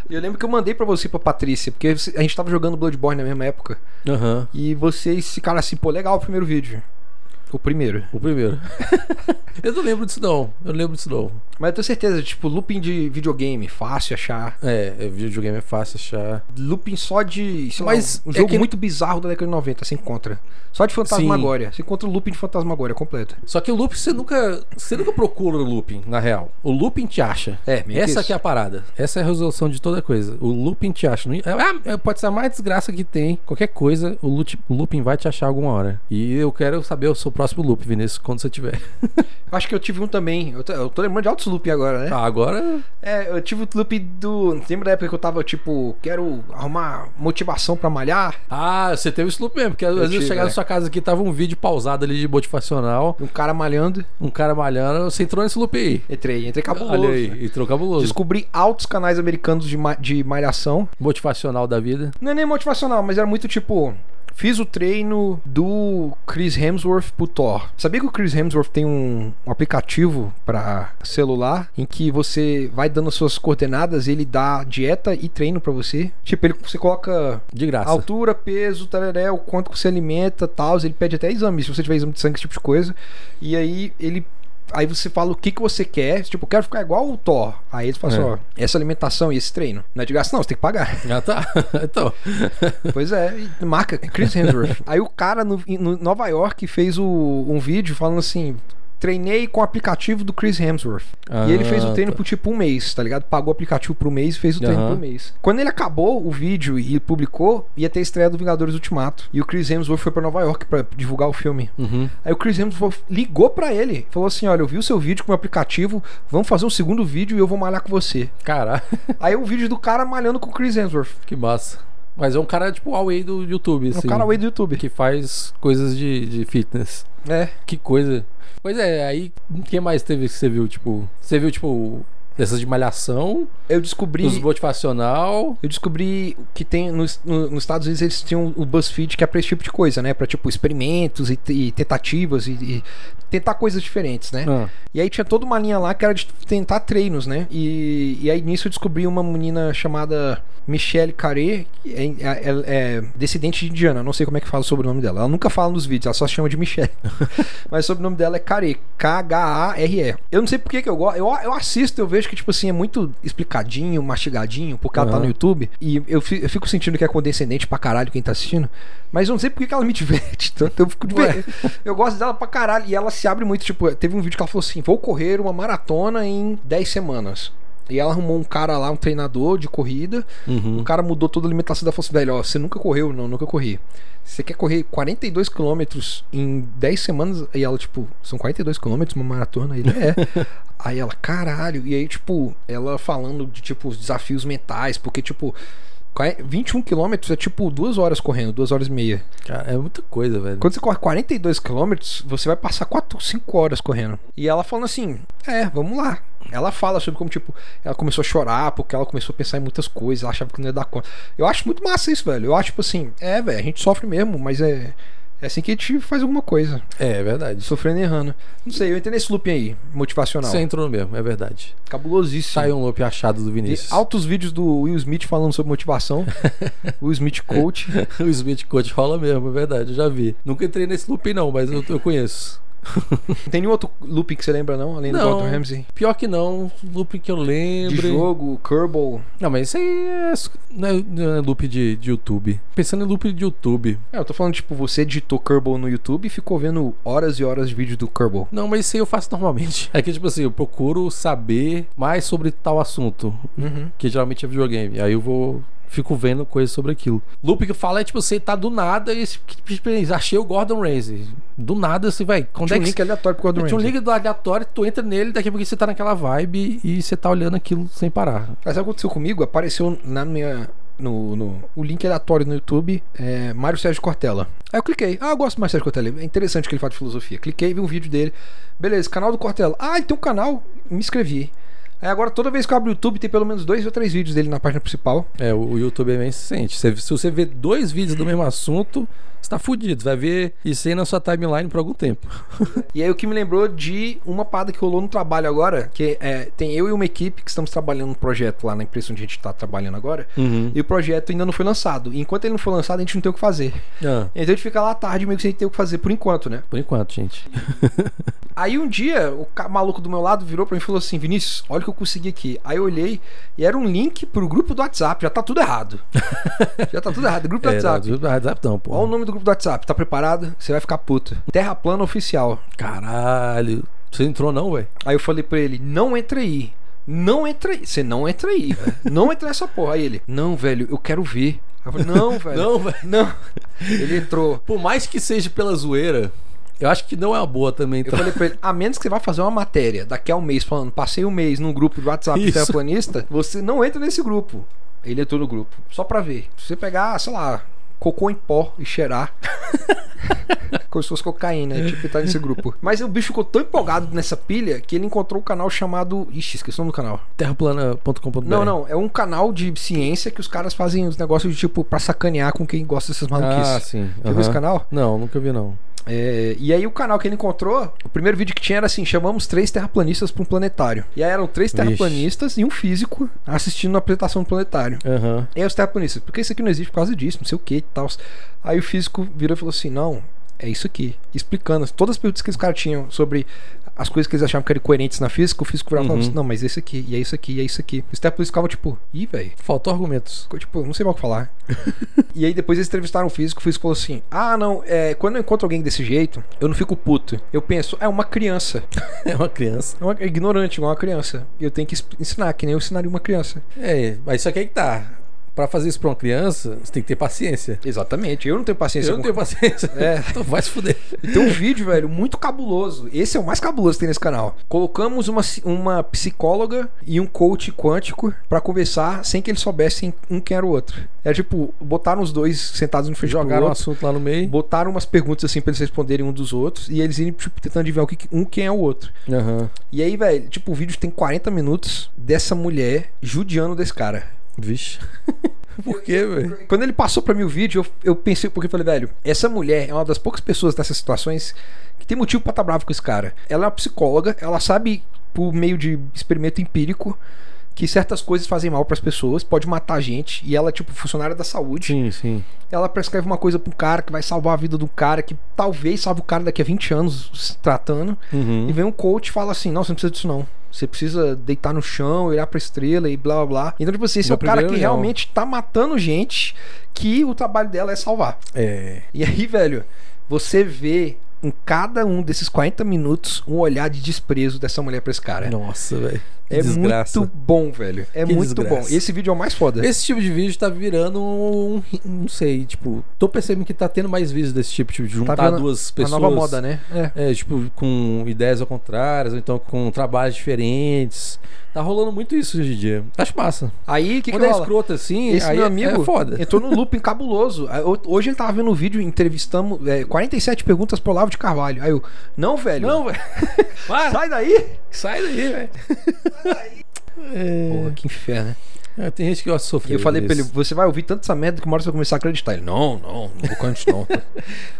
Speaker 1: Eu lembro que eu mandei pra você e pra Patrícia, porque a gente tava jogando Bloodborne na mesma época.
Speaker 2: Aham.
Speaker 1: E vocês ficaram assim, pô, legal o primeiro vídeo. O primeiro.
Speaker 2: O primeiro. eu não lembro disso, não. Eu não lembro disso, não.
Speaker 1: Mas eu tenho certeza, tipo, looping de videogame, fácil achar.
Speaker 2: É, é, videogame é fácil achar.
Speaker 1: Looping só de. sei lá,
Speaker 2: Mas
Speaker 1: um
Speaker 2: é
Speaker 1: jogo
Speaker 2: que-
Speaker 1: muito bizarro da década de 90, você encontra. Só de Fantasmagória. Você encontra o looping de Fantasmagória completo.
Speaker 2: Só que o looping você nunca. Você nunca procura o looping, na real. O looping te acha.
Speaker 1: É, meio
Speaker 2: Essa
Speaker 1: isso.
Speaker 2: que é a parada. Essa é a resolução de toda coisa. O looping te acha. Não- é- é- pode ser a mais desgraça que tem. Qualquer coisa, o, loot- o looping vai te achar alguma hora. E eu quero saber o seu próximo loop, Vinícius, quando você tiver.
Speaker 1: Acho que eu tive um também. Eu tô, eu tô lembrando de altos looping agora, né?
Speaker 2: Ah, agora.
Speaker 1: É, eu tive o looping do. Lembra da época que eu tava, tipo, quero arrumar motivação pra malhar?
Speaker 2: Ah, você teve esse loop mesmo, porque às
Speaker 1: Eu
Speaker 2: vezes eu
Speaker 1: tive,
Speaker 2: chegava
Speaker 1: é.
Speaker 2: na sua casa aqui tava um vídeo pausado ali de motivacional,
Speaker 1: Um cara malhando.
Speaker 2: um cara malhando, você entrou nesse loop aí.
Speaker 1: Entrei, entrei cabuloso. né?
Speaker 2: Olha aí, entrou cabuloso.
Speaker 1: Descobri altos canais americanos de, ma- de malhação.
Speaker 2: Motivacional da vida.
Speaker 1: Não é nem motivacional, mas era muito tipo. Fiz o treino do Chris Hemsworth pro Thor. Sabia que o Chris Hemsworth tem um, um aplicativo pra celular em que você vai dando as suas coordenadas, e ele dá dieta e treino pra você. Tipo, ele, você coloca
Speaker 2: De graça.
Speaker 1: altura, peso, tararé, o quanto que você alimenta, tal. Ele pede até exame, se você tiver exame de sangue, esse tipo de coisa. E aí ele. Aí você fala o que, que você quer. Tipo, eu quero ficar igual o Thor. Aí ele fala assim:
Speaker 2: É.
Speaker 1: ó, essa alimentação e esse treino. Não é de graça, não, você tem que pagar.
Speaker 2: Ah, tá. então.
Speaker 1: Pois é, e marca Chris Hemsworth. Aí o cara no, em- no Nova York fez o- um vídeo falando assim: treinei com o aplicativo do Chris Hemsworth.
Speaker 2: Ah,
Speaker 1: e ele fez o treino
Speaker 2: tá.
Speaker 1: por tipo um mês, tá ligado? Pagou o aplicativo por um mês e fez o treino
Speaker 2: Aham.
Speaker 1: por um mês. Quando ele acabou o vídeo e publicou, ia ter a estreia do Vingadores Ultimato. E o Chris Hemsworth foi pra Nova York pra divulgar o filme.
Speaker 2: Uhum.
Speaker 1: Aí o Chris Hemsworth ligou pra ele, falou assim: Olha, eu vi o seu vídeo com o meu aplicativo, vamos fazer um segundo vídeo e eu vou malhar com você.
Speaker 2: Caralho,
Speaker 1: Aí o vídeo do cara malhando com o Chris Hemsworth.
Speaker 2: que massa. Mas é um cara tipo Huawei do YouTube,
Speaker 1: Um
Speaker 2: assim.
Speaker 1: cara away do YouTube.
Speaker 2: que faz coisas de, de fitness.
Speaker 1: É.
Speaker 2: Que coisa. Pois é, aí o que mais teve que você viu, tipo, você viu tipo dessas de malhação,
Speaker 1: Eu descobri.
Speaker 2: dos motivacional,
Speaker 1: Eu descobri que tem nos, no- nos Estados Unidos eles tinham o BuzzFeed que é pra esse tipo de coisa, né? Pra tipo experimentos e, e tentativas e, e tentar coisas diferentes, né?
Speaker 2: ah,
Speaker 1: E aí tinha toda uma linha lá que era de tentar treinos, né? E, e aí nisso eu descobri uma menina chamada Michelle Caré, que é, é- é descendente de indiana, não sei como é que fala o sobrenome dela. Ela nunca fala nos vídeos, ela só se chama de Michelle. Mas o sobrenome dela é Caré, K-H-A-R-E. Eu não sei por que que eu gosto, eu, eu assisto, eu vejo que tipo assim, é muito explicadinho, mastigadinho, porque ela tá
Speaker 2: Aham.
Speaker 1: no YouTube. E eu, fi- eu fico sentindo que é condescendente pra caralho quem tá assistindo. Mas eu não sei por que que ela me diverte tanto, eu fico
Speaker 2: Ué.
Speaker 1: divertido. Eu gosto dela pra caralho. E ela se abre muito. Tipo, teve um vídeo que ela falou assim: vou correr uma maratona em 10 semanas. E ela arrumou um cara lá, um treinador de corrida.
Speaker 2: uhum.
Speaker 1: O cara mudou toda a alimentação dela e falou assim: velho, ó, você nunca correu? Não, nunca corri. Você quer correr 42 quilômetros em 10 semanas? E ela, tipo, são 42 quilômetros uma maratona? Ele é. aí ela, caralho. E aí, tipo, ela falando de, tipo, os desafios mentais, porque, tipo. 21 quilômetros é tipo duas horas correndo, duas horas e meia.
Speaker 2: Cara, é muita coisa, velho.
Speaker 1: Quando você corre 42 km, você vai passar 4, 5 horas correndo. E ela falando assim: é, vamos lá. Ela fala sobre como, tipo, ela começou a chorar porque ela começou a pensar em muitas coisas, ela achava que não ia dar conta. Eu acho muito massa isso, velho. Eu acho, tipo assim, é, velho, a gente sofre mesmo, mas é. É assim que a gente faz alguma coisa.
Speaker 2: É, é verdade.
Speaker 1: Sofrendo e errando. Não sei, eu entrei nesse looping aí, motivacional.
Speaker 2: Você entrou no mesmo, é verdade.
Speaker 1: Cabulosíssimo.
Speaker 2: Saiu um loop achado do
Speaker 1: E
Speaker 2: Vinícius.
Speaker 1: altos vídeos do Will Smith falando sobre motivação. Will Smith Coach.
Speaker 2: o Smith Coach rola mesmo, é verdade, eu já vi. Nunca entrei nesse loop não, mas eu, eu conheço.
Speaker 1: Não tem nenhum outro looping que você lembra, não? Além do
Speaker 2: Não.
Speaker 1: Gordon Ramsay.
Speaker 2: Pior que não, um loop que eu
Speaker 1: De
Speaker 2: lembro.
Speaker 1: jogo, Kerbal.
Speaker 2: Não, mas isso aí é, não é- não é loop de, de YouTube. Pensando em loop de YouTube.
Speaker 1: É, eu tô falando, tipo, você digitou Kerbal no YouTube e ficou vendo horas e horas de vídeo do Kerbal.
Speaker 2: Não, mas isso aí eu faço normalmente. É que, tipo assim, eu procuro saber mais sobre tal assunto,
Speaker 1: Uhum.
Speaker 2: que geralmente é videogame. Aí eu vou. Fico vendo coisas sobre aquilo. Loop que eu falo é tipo, você tá do nada e esse- tipo, achei o Gordon Ramsay. Do nada você vai. Quando
Speaker 1: Tinha
Speaker 2: é
Speaker 1: um
Speaker 2: que
Speaker 1: link aleatório pro Gordon
Speaker 2: Tinha um
Speaker 1: Ramsay.
Speaker 2: link do aleatório, tu entra nele, daqui a pouco você tá naquela vibe e você tá olhando aquilo sem parar.
Speaker 1: Mas sabe o que aconteceu comigo? Apareceu na minha... No, no- o link aleatório no YouTube é Mário Sérgio Cortella. Aí eu cliquei. Ah, eu gosto do Mário Sérgio Cortella. É interessante o que ele fala de filosofia. Cliquei, vi um vídeo dele. Beleza, canal do Cortella. Ah, ele tem um canal. Me inscrevi. Aí agora toda vez que eu abro o YouTube tem pelo menos dois ou três vídeos dele na página principal.
Speaker 2: É, o o YouTube é bem sente. Se você vê dois vídeos do mesmo assunto, você tá fudido. Você vai ver isso aí na sua timeline por algum tempo.
Speaker 1: E aí o que me lembrou de uma parada que rolou no trabalho agora, que é, tem eu e uma equipe que estamos trabalhando um projeto lá na empresa onde a gente está trabalhando agora.
Speaker 2: Uhum.
Speaker 1: E o projeto ainda não foi lançado. E enquanto ele não for lançado, a gente não tem o que fazer.
Speaker 2: Ah,
Speaker 1: Então a gente fica lá à tarde meio que sem ter o que fazer por enquanto, né?
Speaker 2: por enquanto, gente.
Speaker 1: Aí um dia, o ca- maluco do meu lado virou pra mim e falou assim: Vinícius, olha o que eu consegui aqui. Aí eu olhei e era um link pro grupo do WhatsApp. Já tá tudo errado. Já tá tudo errado. Grupo do
Speaker 2: É,
Speaker 1: WhatsApp.
Speaker 2: não, WhatsApp não, pô.
Speaker 1: Olha o nome do grupo do WhatsApp. Tá preparado? Você vai ficar puto. Terra Plana Oficial.
Speaker 2: Caralho. Você entrou não, velho?
Speaker 1: Aí eu falei pra ele, não entra aí. Não entra aí. Você não entra aí, velho. Não entra nessa porra. Aí ele, não, velho, eu quero ver. Aí eu falei, não, velho.
Speaker 2: Não, velho.
Speaker 1: Não. Ele entrou.
Speaker 2: Por mais que seja pela zoeira, eu acho que não é uma boa também,
Speaker 1: Eu
Speaker 2: então.
Speaker 1: falei pra ele, a menos que você vá fazer uma matéria daqui a um mês falando, passei um mês num grupo de WhatsApp
Speaker 2: Isso.
Speaker 1: terraplanista, você não entra nesse grupo. Ele entrou no grupo. Só pra ver. Se você pegar, sei lá, cocô em pó e cheirar. como se fosse cocaína, é tipo, tá nesse grupo. Mas o bicho ficou tão empolgado nessa pilha que ele encontrou um canal chamado. Ixi, esqueci o nome do canal.
Speaker 2: Terraplana.com.br.
Speaker 1: Não, não. É um canal de ciência que os caras fazem os negócios de tipo pra sacanear com quem gosta dessas
Speaker 2: Ah,
Speaker 1: maluquices.
Speaker 2: sim.
Speaker 1: Já viu
Speaker 2: aham.
Speaker 1: esse canal?
Speaker 2: Não, nunca vi não.
Speaker 1: É, e aí o canal que ele encontrou, o primeiro vídeo que tinha era assim: chamamos três terraplanistas pra um planetário. E aí eram três
Speaker 2: Vixe.
Speaker 1: terraplanistas e um físico assistindo a apresentação do planetário.
Speaker 2: Aham.
Speaker 1: E aí os terraplanistas, porque isso aqui não existe por causa disso, não sei o que e tal. Aí o físico virou e falou assim: não, é isso aqui. Explicando todas as perguntas que os caras tinham sobre as coisas que eles achavam que eram coerentes na física, o físico virava e falava
Speaker 2: Uhum.
Speaker 1: assim, não, mas esse aqui, e é isso aqui, e é isso aqui. Os Steples ficavam tipo, ih, velho.
Speaker 2: Faltou argumentos.
Speaker 1: Ficou, Tipo, não sei mal o que falar. e aí depois eles entrevistaram o físico, o físico falou assim: Ah, não, é, quando eu encontro alguém desse jeito, eu não fico puto. Eu penso, é uma criança.
Speaker 2: É uma criança.
Speaker 1: É uma é ignorante, igual uma criança. E eu tenho que es- ensinar, que nem eu ensinaria uma criança.
Speaker 2: É, mas só que aí que tá. Pra fazer isso pra uma criança, você tem que ter paciência.
Speaker 1: Exatamente. Eu não tenho paciência.
Speaker 2: eu não
Speaker 1: com-
Speaker 2: tenho paciência.
Speaker 1: É.
Speaker 2: Então vai se fuder.
Speaker 1: E Tem um vídeo, velho, muito cabuloso. Esse é o mais cabuloso que tem nesse canal. Colocamos uma, ci- uma psicóloga e um coach quântico pra conversar sem que eles soubessem um quem era o outro. É tipo, botaram os dois sentados no frente do
Speaker 2: Jogaram o
Speaker 1: outro.
Speaker 2: assunto lá no meio.
Speaker 1: botaram umas perguntas assim pra eles responderem um dos outros e eles irem tipo, tentando adivinhar o que, que- um quem é o outro.
Speaker 2: Aham.
Speaker 1: E aí, velho, tipo, o vídeo tem 40 minutos dessa mulher judiando desse cara.
Speaker 2: Vixe. Por quê, velho?
Speaker 1: Quando ele passou pra mim o vídeo, eu, eu pensei, porque eu falei, velho, essa mulher é uma das poucas pessoas nessas situações que tem motivo pra estar bravo com esse cara. Ela é uma psicóloga, ela sabe por meio de experimento empírico que certas coisas fazem mal pras pessoas, pode matar gente, e ela é tipo funcionária da saúde.
Speaker 2: Sim, sim.
Speaker 1: ela prescreve uma coisa pro cara que vai salvar a vida do cara, que talvez salve o cara daqui a 20 anos se tratando.
Speaker 2: Uhum.
Speaker 1: E vem um coach e fala assim: não, você não precisa disso não. Você precisa deitar no chão, olhar pra estrela e blá blá blá. Então, tipo assim, esse é
Speaker 2: No
Speaker 1: o cara que
Speaker 2: primeiro não.
Speaker 1: realmente tá matando gente que o trabalho dela é salvar.
Speaker 2: É.
Speaker 1: E aí, velho, você vê em cada um desses 40 minutos um olhar de desprezo dessa mulher pra esse cara.
Speaker 2: É. Nossa, velho. Que
Speaker 1: é
Speaker 2: desgraça.
Speaker 1: muito bom, velho. É
Speaker 2: Que
Speaker 1: muito
Speaker 2: desgraça.
Speaker 1: bom. Esse vídeo é o mais foda.
Speaker 2: Esse tipo de vídeo tá virando um. um- Não sei, tipo. Tô percebendo que tá tendo mais vídeos desse tipo, tipo de juntar
Speaker 1: virando
Speaker 2: duas pessoas.
Speaker 1: A nova moda, né? É.
Speaker 2: É, tipo, com ideias ao contrárias, ou então com trabalhos diferentes. Tá rolando muito isso hoje em dia. Acho massa.
Speaker 1: Aí, o que que
Speaker 2: Quando é
Speaker 1: rola?
Speaker 2: escroto assim,
Speaker 1: Esse
Speaker 2: aí
Speaker 1: meu
Speaker 2: é-
Speaker 1: amigo
Speaker 2: é foda.
Speaker 1: entrou num looping cabuloso. Aí, ho- Hoje ele tava vendo um vídeo, entrevistamos é, 47 perguntas pro Olavo de Carvalho. Aí eu, não, velho.
Speaker 2: Não, velho. Para,
Speaker 1: Sai daí!
Speaker 2: sai daí, velho.
Speaker 1: Porra, que inferno, né?
Speaker 2: É, tem gente que gosta de
Speaker 1: E
Speaker 2: sofrer.
Speaker 1: eu falei pra ele,
Speaker 2: isso.
Speaker 1: você vai ouvir tanto essa merda que uma hora você vai começar a acreditar. Ele, não, não, não vou acreditar não.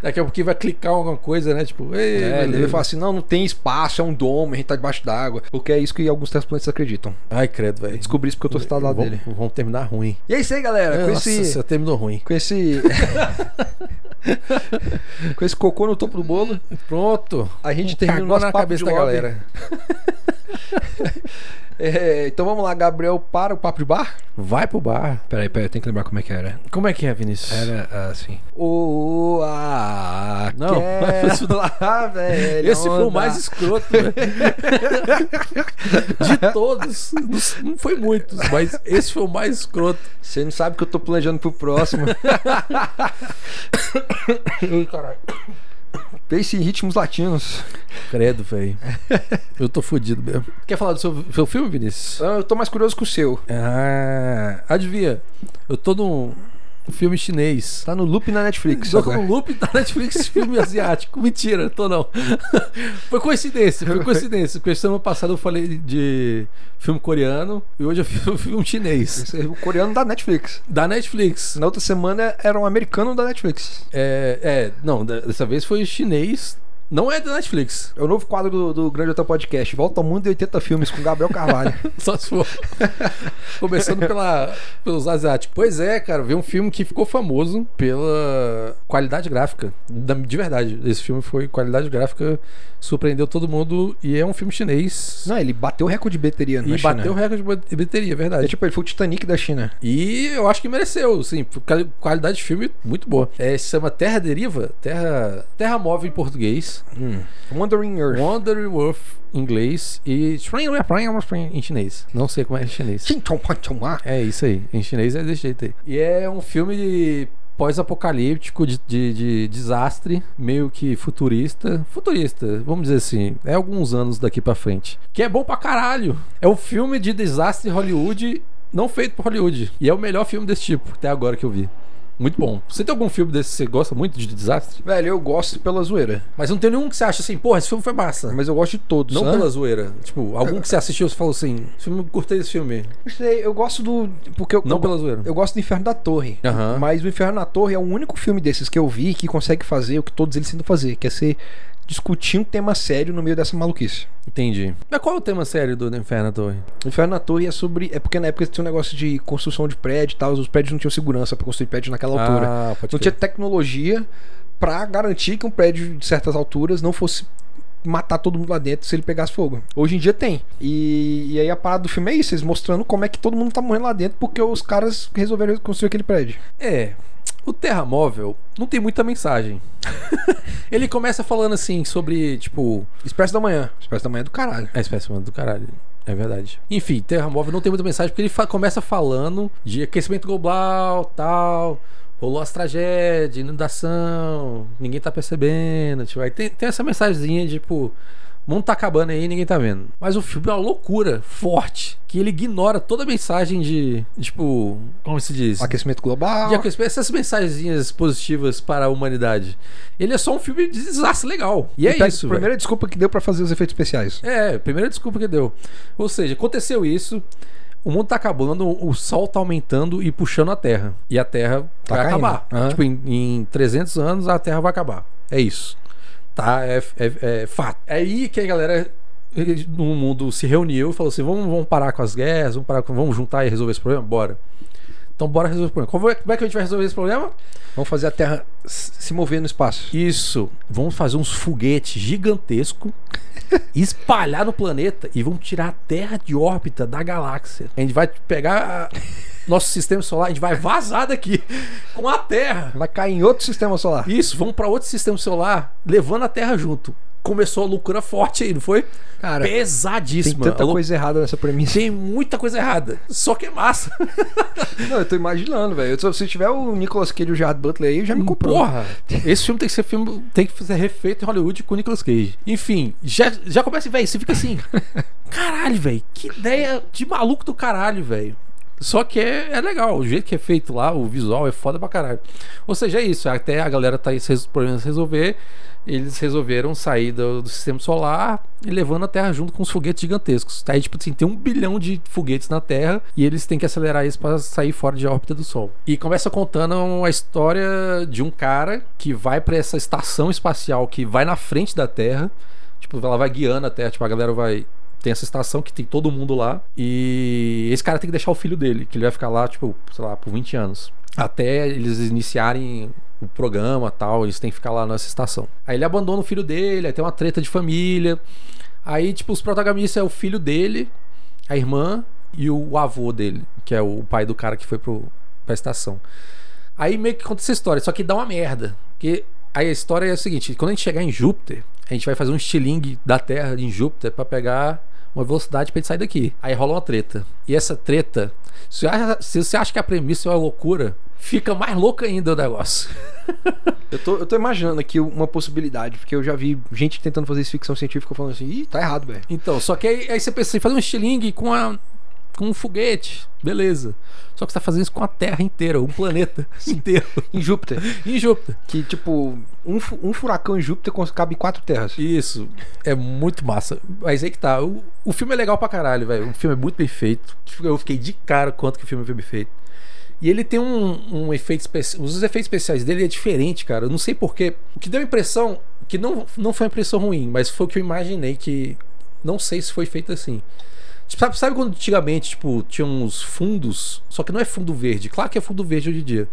Speaker 2: Daqui a pouquinho vai clicar alguma coisa, né? Tipo, ei,
Speaker 1: é, ele
Speaker 2: beleza.
Speaker 1: vai falar assim, não, não tem espaço, é um domo, a gente tá debaixo d'água. Porque é isso que alguns transplantes acreditam.
Speaker 2: assim, Ai, credo, velho.
Speaker 1: Descobri isso porque eu tô citado lá
Speaker 2: Vamos-
Speaker 1: dele.
Speaker 2: Vamos terminar ruim.
Speaker 1: E é isso aí, galera. Com
Speaker 2: Nossa,
Speaker 1: esse...
Speaker 2: você terminou ruim.
Speaker 1: Com esse... com esse cocô no topo do bolo,
Speaker 2: Pronto.
Speaker 1: a gente
Speaker 2: Um
Speaker 1: terminou
Speaker 2: cagou
Speaker 1: nosso
Speaker 2: na
Speaker 1: papo
Speaker 2: cabeça
Speaker 1: de
Speaker 2: da
Speaker 1: lobby.
Speaker 2: galera.
Speaker 1: É, então vamos lá, Gabriel, para o papo de bar?
Speaker 2: Vai pro bar.
Speaker 1: Peraí, peraí, tem que lembrar como é que era.
Speaker 2: Como é que é, Vinícius?
Speaker 1: Era assim. O a
Speaker 2: Não,
Speaker 1: quero
Speaker 2: mas isso não-
Speaker 1: lá, velho.
Speaker 2: Esse foi o
Speaker 1: onda.
Speaker 2: mais escroto, velho. De todos. Não foi muitos, mas esse foi o mais escroto.
Speaker 1: Você não sabe o que eu tô planejando pro próximo.
Speaker 2: Caralho.
Speaker 1: Pense em ritmos latinos.
Speaker 2: Credo, velho. Eu tô fudido mesmo. Quer falar do seu, seu filme, Vinícius?
Speaker 1: Ah, Eu tô mais curioso que o seu.
Speaker 2: Ah, adivinha. Eu tô num filme chinês.
Speaker 1: Tá no loop na Netflix.
Speaker 2: Tô
Speaker 1: agora.
Speaker 2: com um loop da Netflix esse filme asiático. Mentira, tô não. Foi coincidência, foi coincidência. Porque semana passada eu falei de filme coreano e hoje eu fiz filme chinês.
Speaker 1: Esse é O coreano da Netflix.
Speaker 2: Da Netflix.
Speaker 1: Na outra semana era um americano da Netflix.
Speaker 2: É, é, não, da- dessa vez foi chinês. Não é da Netflix.
Speaker 1: É o novo quadro do, do Grande Hotel Podcast. Volta ao mundo e 80 filmes com Gabriel Carvalho.
Speaker 2: Só se for. Começando pela, pelos asiáticos. Pois é, cara, veio um filme que ficou famoso pela qualidade gráfica. Da- De verdade, esse filme foi qualidade gráfica, surpreendeu todo mundo e é um filme chinês.
Speaker 1: não, é ele bateu o recorde de bilheteria na
Speaker 2: E
Speaker 1: China.
Speaker 2: bateu o recorde de bilheteria, é verdade.
Speaker 1: É tipo, ele foi o Titanic da China.
Speaker 2: E eu acho que mereceu, sim. por causa- Qualidade de filme muito boa. É, se chama Terra Deriva, Terra, Terra Móvel em português,
Speaker 1: Wandering Earth.
Speaker 2: Wandering Earth em inglês e em chinês. Não sei como é em chinês. É isso aí. Em chinês é desse jeito aí. E é um filme de pós-apocalíptico, de, de- de desastre, meio que futurista. Futurista, vamos dizer assim. É alguns anos daqui pra frente. Que é bom pra caralho. É um filme de desastre Hollywood, não feito por Hollywood. E é o melhor filme desse tipo, até agora que eu vi. Muito bom. Você tem algum filme desse que você gosta muito de desastre?
Speaker 1: Velho, eu gosto pela zoeira.
Speaker 2: Mas não tem nenhum que você acha assim, porra, esse filme foi massa.
Speaker 1: Mas eu gosto de todos.
Speaker 2: Não
Speaker 1: né?
Speaker 2: pela zoeira. Tipo, algum que você assistiu e você falou assim, "Esse filme, curtei esse filme.
Speaker 1: Não sei, eu gosto do. Porque eu,
Speaker 2: Não
Speaker 1: eu,
Speaker 2: pela zoeira.
Speaker 1: eu gosto do Inferno da Torre.
Speaker 2: Aham.
Speaker 1: Mas o Inferno na Torre é o único filme desses que eu vi que consegue fazer o que todos eles tentam fazer, que é ser discutir um tema sério no meio dessa maluquice.
Speaker 2: Entendi. Mas qual é o tema sério do Inferno à Torre?
Speaker 1: O Inferno na Torre é sobre. É porque na época tinha um negócio de construção de prédio e tal, os prédios não tinham segurança pra construir prédio naquela altura.
Speaker 2: Ah, pode
Speaker 1: Não tinha tecnologia pra garantir que um prédio de certas alturas não fosse matar todo mundo lá dentro se ele pegasse fogo. Hoje em dia tem. E, e aí a parada do filme é isso, eles mostrando como é que todo mundo tá morrendo lá dentro porque os caras resolveram construir aquele prédio.
Speaker 2: É. O Terramóvel não tem muita mensagem. ele começa falando assim sobre, tipo.
Speaker 1: Expresso da Manhã. Expresso da Manhã é do caralho.
Speaker 2: É espécie humana do caralho. É verdade. Enfim, Terramóvel não tem muita mensagem porque ele fa- começa falando de aquecimento global, tal. Rolou as tragédias, inundação, ninguém tá percebendo. Tipo, aí tem, tem essa mensagenzinha de, tipo. O mundo tá acabando aí, ninguém tá vendo. Mas o filme é uma loucura forte. Que ele ignora toda a mensagem de. Tipo. Como se diz?
Speaker 1: Aquecimento global.
Speaker 2: De aquecimento, essas mensagenzinhas positivas para a humanidade. Ele é só um filme de desastre legal. E é
Speaker 1: Então,
Speaker 2: isso, velho.
Speaker 1: Primeira desculpa que deu pra fazer os efeitos especiais.
Speaker 2: É, primeira desculpa que deu. Ou seja, aconteceu isso, o mundo tá acabando, o sol tá aumentando e puxando a Terra. E a Terra
Speaker 1: Tá
Speaker 2: vai
Speaker 1: caindo.
Speaker 2: acabar.
Speaker 1: Aham.
Speaker 2: Tipo, em, em 300 anos a Terra vai acabar. É isso. Tá? É, é- é fato. É aí que a galera eh, no mundo se reuniu e falou assim: vamos, vamos parar com as guerras, vamos, parar com- vamos juntar e resolver esse problema? Bora. Então bora resolver esse problema. Como é, como é que a gente vai resolver esse problema?
Speaker 1: Vamos fazer a Terra s- se mover no espaço.
Speaker 2: Isso. Vamos fazer uns foguetes gigantescos, espalhar no planeta e vamos tirar a Terra de órbita da galáxia. A gente vai pegar a- nosso sistema solar, a gente vai vazar daqui com a Terra.
Speaker 1: Vai cair em outro sistema solar.
Speaker 2: Isso, vamos para outro sistema solar, levando a Terra junto. Começou a loucura forte aí, não foi?
Speaker 1: Cara, tem
Speaker 2: Pesadíssima.
Speaker 1: tanta
Speaker 2: A lou-
Speaker 1: coisa errada nessa premissa.
Speaker 2: Tem muita coisa errada. Só que é massa.
Speaker 1: Não, eu tô imaginando, velho. Eu- Se tiver o Nicolas Cage e o Gerard Butler aí, já me comprou.
Speaker 2: Porra, Então, esse filme tem que ser filme, tem que ser refeito em Hollywood com Nicolas Cage. Enfim, já, já começa, velho, você fica assim, caralho, velho, que ideia de maluco do caralho, velho. Só que é, é legal, o jeito que é feito lá, o visual é foda pra caralho. Ou seja, é isso, até a galera tá aí esses problemas resolver, eles resolveram sair do, do sistema solar e levando a Terra junto com os foguetes gigantescos. Aí, tipo assim, tem um bilhão de foguetes na Terra e eles têm que acelerar isso pra sair fora de órbita do Sol. E começa contando a história de um cara que vai pra essa estação espacial que vai na frente da Terra. Tipo, ela vai guiando a Terra, tipo, a galera vai. Tem essa estação que tem todo mundo lá. E esse cara tem que deixar o filho dele, que ele vai ficar lá, tipo, sei lá, por 20 anos. Até eles iniciarem o programa tal, eles têm que ficar lá nessa estação. Aí ele abandona o filho dele, aí tem uma treta de família. Aí, tipo, os protagonistas é o filho dele, a irmã e o avô dele, que é o pai do cara que foi pro, pra estação. Aí meio que conta essa história, só que dá uma merda. Porque aí a história é o seguinte: quando a gente chegar em Júpiter, a gente vai fazer um estilingue da Terra em Júpiter pra pegar uma velocidade pra gente sair daqui. Aí rola uma treta. E essa treta, se a- se você acha que a premissa é uma loucura, fica mais louca ainda o negócio.
Speaker 1: Eu tô, eu tô imaginando aqui uma possibilidade, porque eu já vi gente tentando fazer isso ficção científica falando assim, ih, tá errado, velho.
Speaker 2: Então, só que aí, aí você pensa em fazer um estilingue com, a, com um foguete, beleza. Só que você tá fazendo isso com a Terra inteira, um planeta inteiro,
Speaker 1: Em Júpiter.
Speaker 2: em Júpiter.
Speaker 1: Que, tipo, um, fu- um furacão em Júpiter cons- cabe em quatro terras.
Speaker 2: Isso, é muito massa. Mas aí que tá. O, o filme é legal pra caralho, velho. O filme é muito bem feito. Tipo, Eu fiquei de cara quanto que o filme foi bem feito. E ele tem um, um efeito especial. Os efeitos especiais dele é diferente, cara. Eu não sei porquê. O que deu a impressão. Que não, não foi uma impressão ruim, mas foi o que eu imaginei que. Não sei se foi feito assim. Tipo, sabe, sabe quando antigamente, tipo, tinha uns fundos? Só que não é fundo verde. Claro que é fundo verde hoje em dia.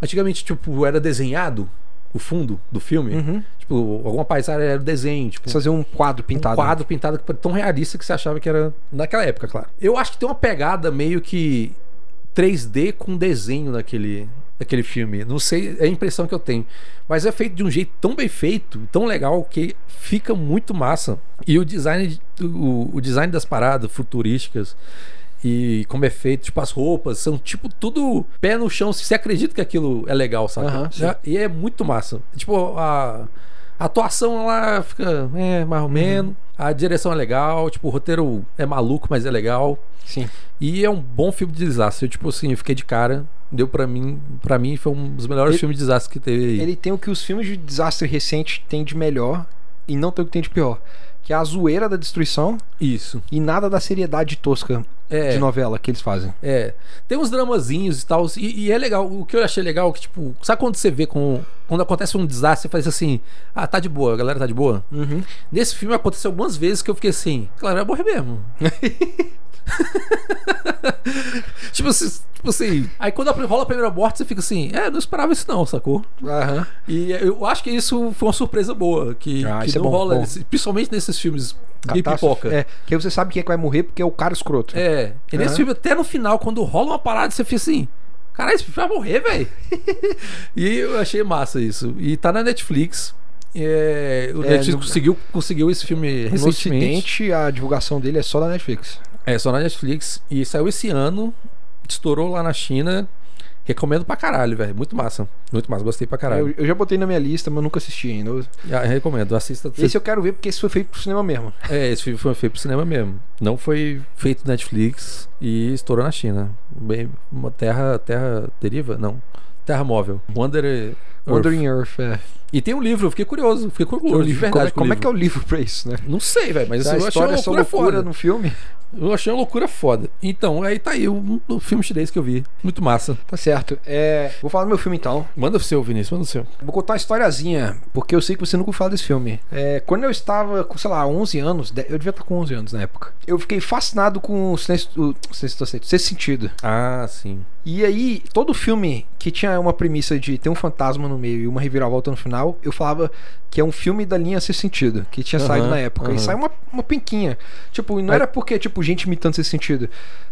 Speaker 2: Antigamente, tipo, era desenhado o fundo do filme.
Speaker 1: Uhum.
Speaker 2: Tipo, alguma paisagem era desenho, tipo,
Speaker 1: Precisa fazer um quadro pintado.
Speaker 2: um quadro pintado que- tão realista que você achava que era naquela época, claro. Eu acho que tem uma pegada meio que 3D com desenho naquele, naquele filme. Não sei, é a impressão que eu tenho. Mas é feito de um jeito tão bem feito, tão legal, que fica muito massa. E o design, de- o, o design das paradas futurísticas. E como é feito, tipo, as roupas são tipo tudo pé no chão. Você acredita que aquilo é legal, sabe?
Speaker 1: Aham, sim.
Speaker 2: e é muito massa. Tipo, a, a atuação lá fica é, mais
Speaker 1: Uhum.
Speaker 2: ou menos. A direção é legal, tipo, o roteiro é maluco, mas é legal.
Speaker 1: Sim.
Speaker 2: E é um bom filme de desastre. Eu, tipo assim, eu fiquei de cara. Deu pra mim, para mim foi um dos melhores
Speaker 1: Ele-
Speaker 2: filmes de desastre que teve aí.
Speaker 1: Ele tem o que os filmes de desastre recente têm de melhor e não tem o que tem de pior. Que é a zoeira da destruição
Speaker 2: Isso.
Speaker 1: e nada da seriedade tosca
Speaker 2: É.
Speaker 1: de novela que eles fazem.
Speaker 2: É. Tem uns dramazinhos e tal. E, e é legal. O que eu achei legal é que, tipo, sabe quando você vê com. Quando acontece um desastre, você faz assim, ah, tá de boa, a galera tá de é boa. Nesse filme aconteceu algumas vezes que eu fiquei assim, claro, vai morrer mesmo. tipo, assim, tipo assim. Aí quando rola a primeira morte, você fica assim, é, não esperava isso não, sacou?
Speaker 1: Aham.
Speaker 2: E é, eu acho que isso foi uma surpresa boa, que,
Speaker 1: Ah,
Speaker 2: que
Speaker 1: isso é
Speaker 2: não
Speaker 1: bom,
Speaker 2: rola,
Speaker 1: bom.
Speaker 2: nesse- principalmente nesses filmes de
Speaker 1: Catástrofe.
Speaker 2: pipoca.
Speaker 1: É, que aí você sabe quem é que vai morrer porque é o cara escroto.
Speaker 2: É, e nesse
Speaker 1: Aham.
Speaker 2: filme, até no final, quando rola uma parada, você fica assim: caralho, esse filme vai morrer, velho. e eu achei massa isso. E tá na Netflix. É, o
Speaker 1: É,
Speaker 2: Netflix
Speaker 1: no-
Speaker 2: conseguiu, conseguiu esse filme
Speaker 1: No
Speaker 2: recentemente.
Speaker 1: Ocidente, a divulgação dele é só da Netflix.
Speaker 2: É, só na Netflix. E saiu esse ano, estourou lá na China. Recomendo pra caralho, velho. Muito massa. Muito massa. Gostei pra
Speaker 1: Eu,
Speaker 2: caralho.
Speaker 1: eu já botei na minha lista, mas nunca assisti ainda. Eu-
Speaker 2: Ah, recomendo. Assista.
Speaker 1: Esse eu quero ver porque esse foi feito pro cinema mesmo.
Speaker 2: É, esse filme foi feito pro cinema mesmo. Não foi feito na Netflix e estourou na China. Bem, uma terra, terra deriva? Não. Terra móvel. Wonder Earth.
Speaker 1: Wandering Earth, é.
Speaker 2: E tem um livro, eu fiquei curioso. Fiquei curioso,
Speaker 1: Tem um
Speaker 2: de
Speaker 1: livro. como, é-
Speaker 2: verdade.
Speaker 1: como é que é o livro pra isso, né?
Speaker 2: eu... Não sei, velho, mas
Speaker 1: Se a
Speaker 2: eu achei uma
Speaker 1: história é só
Speaker 2: loucura,
Speaker 1: loucura
Speaker 2: foda.
Speaker 1: no filme.
Speaker 2: Eu achei uma loucura foda. Então, aí tá aí um, um filme chinês que eu vi. Muito massa.
Speaker 1: Tá certo. É, vou falar do meu filme então.
Speaker 2: Manda o seu, Vinícius, manda o seu.
Speaker 1: Vou contar uma historiazinha, porque eu sei que você nunca ouviu falar desse filme. É, quando eu estava com, sei lá, 11 anos, de- eu devia estar com 11 anos na época, eu fiquei fascinado com o Silêncio o Silêncio do Sexto Sentido.
Speaker 2: Ah, sim.
Speaker 1: E aí, todo filme que tinha uma premissa de ter um fantasma no meio e uma reviravolta no final, eu falava que é um filme da linha Sexto Sentido, que tinha
Speaker 2: Aham,
Speaker 1: saído na época.
Speaker 2: aham.
Speaker 1: E saiu uma, uma pinquinha. Tipo, e não
Speaker 2: Aí-
Speaker 1: era porque, tipo, gente imitando Sexto Sentido.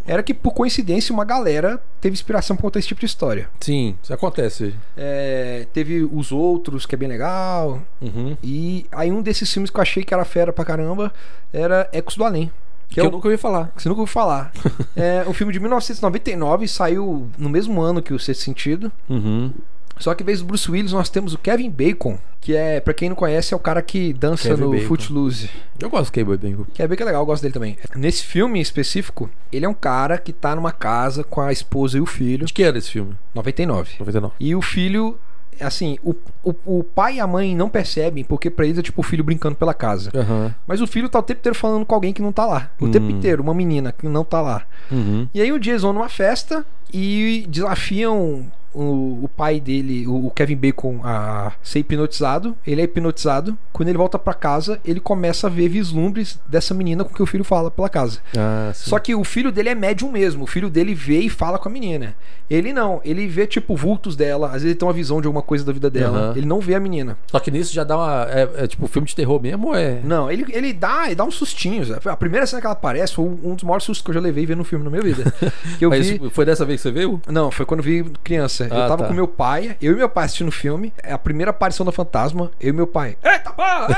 Speaker 1: Era que, por coincidência, uma galera teve inspiração pra contar esse tipo de história.
Speaker 2: Sim, isso acontece.
Speaker 1: É, teve Os Outros, que é bem legal.
Speaker 2: Uhum.
Speaker 1: E aí um desses filmes que eu achei que era fera pra caramba era Ecos do Além.
Speaker 2: Que,
Speaker 1: Que
Speaker 2: eu
Speaker 1: eu-
Speaker 2: nunca ouvi falar.
Speaker 1: que Você nunca ouviu falar. é um filme de 1999, saiu no mesmo ano que o Sexto Sentido.
Speaker 2: Uhum.
Speaker 1: Só que em vez do Bruce Willis, nós temos o Kevin Bacon, que é, pra quem não conhece, é o cara que dança
Speaker 2: Kevin
Speaker 1: no
Speaker 2: Bacon.
Speaker 1: Footloose.
Speaker 2: Eu gosto do Cable Bingo.
Speaker 1: Que é bem que é legal, eu gosto dele também. Nesse filme em específico, ele é um cara que tá numa casa com a esposa e o filho.
Speaker 2: De que era esse filme?
Speaker 1: 99.
Speaker 2: 99.
Speaker 1: E o filho, assim, o, o, o pai e a mãe não percebem, porque pra eles é tipo o filho brincando pela casa.
Speaker 2: Aham.
Speaker 1: Mas o filho tá o tempo inteiro falando com alguém que não tá lá. O
Speaker 2: Hum.
Speaker 1: tempo inteiro, uma menina que não tá lá.
Speaker 2: Uhum.
Speaker 1: E aí um dia eles vão numa festa e desafiam o, o pai dele, o, o Kevin Bacon, a ser hipnotizado. Ele é hipnotizado. Quando ele volta pra casa, ele começa a ver vislumbres dessa menina com que o filho fala pela casa.
Speaker 2: Ah, sim.
Speaker 1: Só que o filho dele é médium mesmo. O filho dele vê e fala com a menina. Ele não. Ele vê, tipo, vultos dela. Às vezes ele tem uma visão de alguma coisa da vida dela.
Speaker 2: Aham. É.
Speaker 1: Ele não vê a menina.
Speaker 2: Só que nisso já dá uma. É, é tipo filme de terror mesmo ou é.
Speaker 1: Não, ele, ele dá ele dá uns sustinhos. A primeira cena que ela aparece foi um dos maiores sustos que eu já levei vendo um filme na minha vida. Que eu
Speaker 2: Mas
Speaker 1: vi.
Speaker 2: É isso foi dessa vez que você viu?
Speaker 1: Não, foi quando eu vi criança.
Speaker 2: Ah,
Speaker 1: eu tava
Speaker 2: tá.
Speaker 1: com meu pai, eu e meu pai assistindo o filme. É a primeira aparição da fantasma, eu e meu pai. Eita porra!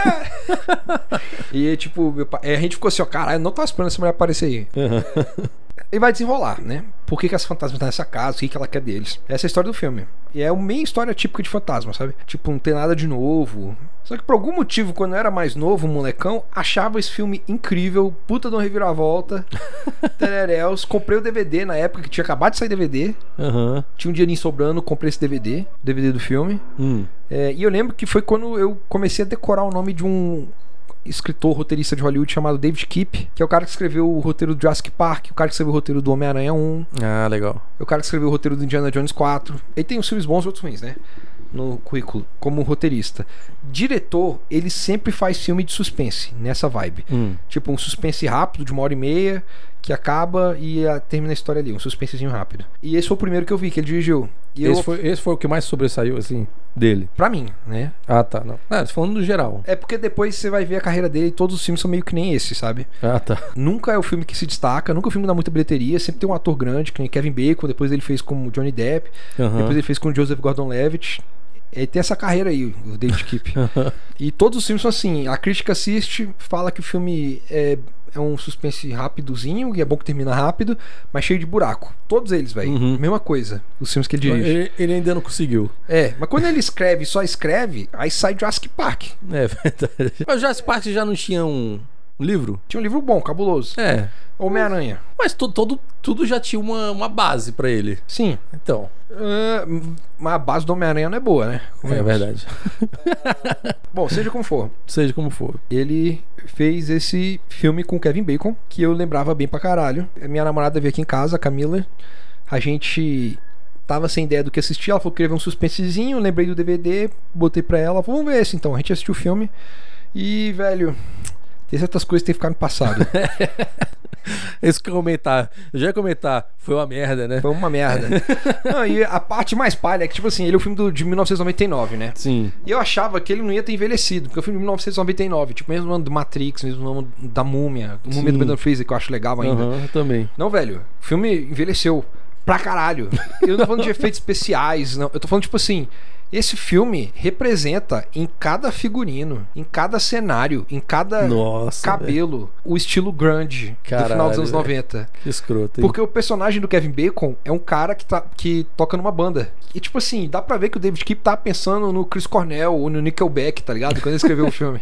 Speaker 1: é!" e tipo, meu pai. é, a gente ficou assim, ó, caralho, eu não tava esperando essa mulher aparecer aí. E vai desenrolar, né? Por que, que essa fantasma tá nessa casa? O que, que ela quer deles? Essa é a história do filme. E é uma meia história típica de fantasma, sabe? Tipo, não tem nada de novo. Só que por algum motivo, quando eu era mais novo, molecão, achava esse filme incrível, puta de um reviravolta, tereréus. Comprei o DVD na época que tinha acabado de sair DVD.
Speaker 2: Aham.
Speaker 1: Tinha um dinheirinho sobrando, comprei esse DVD, o DVD do filme.
Speaker 2: Hum.
Speaker 1: É, e eu lembro que foi quando eu comecei a decorar o nome de um escritor roteirista de Hollywood chamado David Kipp, que é o cara que escreveu o roteiro do Jurassic Park, o cara que escreveu o roteiro do Homem-Aranha 1,
Speaker 2: Ah, legal.
Speaker 1: é o cara que escreveu o roteiro do Indiana Jones 4. Ele tem uns filmes bons e outros ruins, né? No currículo, como roteirista. Diretor, ele sempre faz filme de suspense, nessa vibe.
Speaker 2: Hum.
Speaker 1: Tipo, um suspense rápido, de uma hora e meia, que acaba e ah, termina a história ali, um suspensezinho rápido. E esse foi o primeiro que eu vi, que ele dirigiu. E eu,
Speaker 2: Esse, foi, esse foi o que mais sobressaiu, assim, dele.
Speaker 1: pra mim, né?
Speaker 2: Ah, tá. Não. Ah, tô falando no geral.
Speaker 1: É porque depois você vai ver a carreira dele e todos os filmes são meio que nem esse, sabe?
Speaker 2: Ah, tá.
Speaker 1: Nunca é o filme que se destaca, nunca é o filme que dá muita bilheteria, sempre tem um ator grande, que nem Kevin Bacon, depois ele fez com o Johnny Depp, depois ele fez com o Joseph Gordon-Levitt. Ele tem essa carreira aí, o David Kipp. e todos os filmes são assim, a crítica assiste, fala que o filme é, é um suspense rapidozinho, e é bom que termina rápido, mas cheio de buraco. Todos eles, velho.
Speaker 2: Uhum.
Speaker 1: Mesma coisa, os filmes que ele dirige.
Speaker 2: Ele, ele ainda não conseguiu.
Speaker 1: É, mas quando ele escreve e só escreve, aí sai Jurassic Park.
Speaker 2: É verdade. Mas o Jurassic Park já não tinha um, um livro?
Speaker 1: Tinha um livro bom, cabuloso.
Speaker 2: É.
Speaker 1: Homem-Aranha.
Speaker 2: Mas tu- todo, tudo já tinha uma, uma base pra ele.
Speaker 1: Sim.
Speaker 2: Então.
Speaker 1: Ah, mas a base do Homem-Aranha não é boa, né?
Speaker 2: É verdade.
Speaker 1: Bom, seja como for.
Speaker 2: Seja como for.
Speaker 1: Ele fez esse filme com o Kevin Bacon, que eu lembrava bem pra caralho. A Minha namorada veio aqui em casa, a Camila. A gente tava sem ideia do que assistir. Ela falou que queria ver um suspensezinho. Lembrei do DVD, botei pra ela. Falou, vamos ver esse então. A gente assistiu o filme. E, velho, Tem certas coisas que tem que ficar no passado.
Speaker 2: Esse comentar, eu já ia comentar, foi uma merda, né?
Speaker 1: Foi uma merda. Não, e a parte mais palha é que, tipo assim, ele é o filme do- de 1999, né?
Speaker 2: Sim.
Speaker 1: E eu achava que ele não ia ter envelhecido, porque é o filme de 1999, tipo, mesmo ano do Matrix, mesmo ano da Múmia, o Múmia
Speaker 2: Sim.
Speaker 1: do Brendan Fraser, que eu acho legal ainda.
Speaker 2: Aham, eu também.
Speaker 1: Não, velho, o filme envelheceu pra caralho. Eu não tô falando de efeitos especiais, não. Eu tô falando, tipo assim, esse filme representa em cada figurino, em cada cenário, em cada
Speaker 2: Nossa. velho,
Speaker 1: cabelo, o estilo grande do final dos
Speaker 2: Caralho,
Speaker 1: anos
Speaker 2: velho.
Speaker 1: 90.
Speaker 2: Que escroto. hein?
Speaker 1: Porque o personagem do Kevin Bacon é um cara que, tá, que toca numa banda. E, tipo assim, dá pra ver que o David Keep tava pensando no Chris Cornell ou no Nickelback, tá ligado? Quando ele escreveu o filme.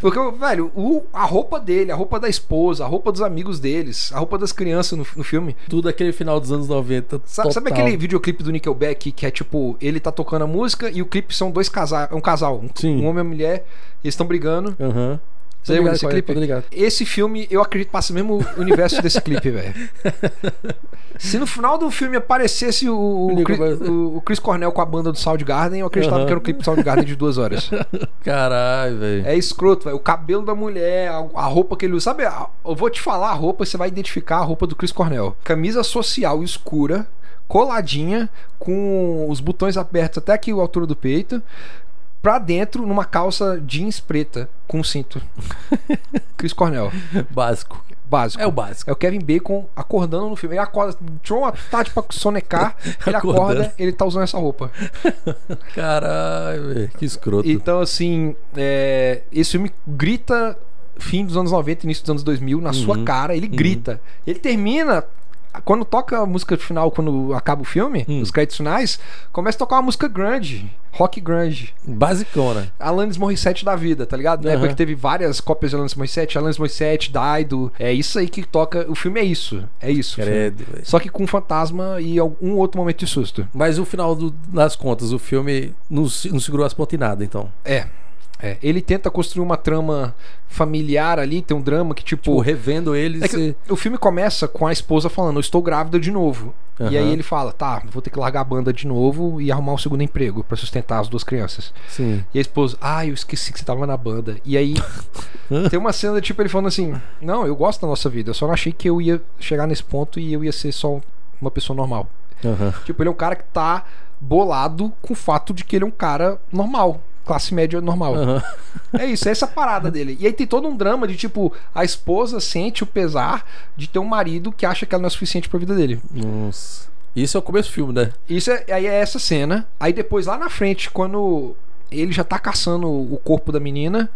Speaker 1: Porque, velho, o- a roupa dele, a roupa da esposa, a roupa dos amigos deles, a roupa das crianças no, no filme.
Speaker 2: Tudo aquele final dos anos 90.
Speaker 1: Sabe, sabe
Speaker 2: total.
Speaker 1: aquele videoclipe do Nickelback que é tipo, ele tá tocando a música e o clipe são dois casais, um casal, um,
Speaker 2: Sim.
Speaker 1: um homem e uma mulher, eles estão brigando.
Speaker 2: Aham.
Speaker 1: Você lembra
Speaker 2: Tô ligado
Speaker 1: desse
Speaker 2: qual é,
Speaker 1: clipe?
Speaker 2: tô ligado.
Speaker 1: Esse filme, eu acredito, passa o mesmo universo desse clipe, velho. Se no final do filme aparecesse o, o,
Speaker 2: Liga
Speaker 1: Chris,
Speaker 2: pra-
Speaker 1: o- o Chris Cornell com a banda do Soundgarden, eu acreditava
Speaker 2: Aham.
Speaker 1: que era um clipe do Soundgarden de duas horas.
Speaker 2: Caralho, velho.
Speaker 1: É escroto, velho. O cabelo da mulher, a, a roupa que ele usa. Sabe, a- eu vou te falar a roupa, você vai identificar a roupa do Chris Cornell. Camisa social escura, coladinha, com os botões abertos até aqui a altura do peito. Pra dentro, numa calça jeans preta, com cinto. Chris Cornell.
Speaker 2: Básico.
Speaker 1: Básico.
Speaker 2: É o básico.
Speaker 1: É o Kevin Bacon acordando no filme. Ele acorda, tirou uma tarde pra sonecar, ele acorda,
Speaker 2: Acordando.
Speaker 1: ele tá usando essa roupa.
Speaker 2: Caralho, velho. Que escroto.
Speaker 1: Então, assim, é, esse filme grita fim dos anos 90, início dos anos 2000, na
Speaker 2: Uhum.
Speaker 1: sua cara, ele grita. Ele termina. Quando toca a música final, quando acaba o filme,
Speaker 2: Hum.
Speaker 1: os créditos finais, começa a tocar uma música grande, rock grande.
Speaker 2: Basicona.
Speaker 1: Alanis Morissette da vida, tá ligado? Na
Speaker 2: Aham.
Speaker 1: época que teve várias cópias de Alanis Morissette, Alanis Morissette, Daido. É isso aí que toca. O filme é isso. É isso. o filme.
Speaker 2: Credo, velho.
Speaker 1: Só que com um fantasma e algum outro momento de susto.
Speaker 2: Mas o final do- das contas, o filme não, se- não segurou as pontas em nada, então.
Speaker 1: É. é. Ele tenta construir uma trama familiar ali, tem um drama que, tipo.
Speaker 2: Tipo, revendo eles.
Speaker 1: é que o filme começa com a esposa falando, eu estou grávida de novo.
Speaker 2: Aham.
Speaker 1: E aí ele fala, tá, vou ter que largar a banda de novo e arrumar um segundo emprego pra sustentar as duas crianças.
Speaker 2: Sim.
Speaker 1: E a esposa, ah, eu esqueci que você tava na banda. E aí tem uma cena, tipo, ele falando assim, não, eu gosto da nossa vida, eu só não achei que eu ia chegar nesse ponto e eu ia ser só uma pessoa normal.
Speaker 2: Aham.
Speaker 1: Tipo, ele é um cara que tá bolado com o fato de que ele é um cara normal. Classe média normal.
Speaker 2: Aham.
Speaker 1: É isso, é essa parada dele. E aí tem todo um drama de tipo, a esposa sente o pesar de ter um marido que acha que ela não é suficiente pra vida dele.
Speaker 2: Nossa. Isso é o começo do filme, né?
Speaker 1: Isso é, aí é essa cena. Aí depois, lá na frente, quando ele já tá caçando o corpo da menina,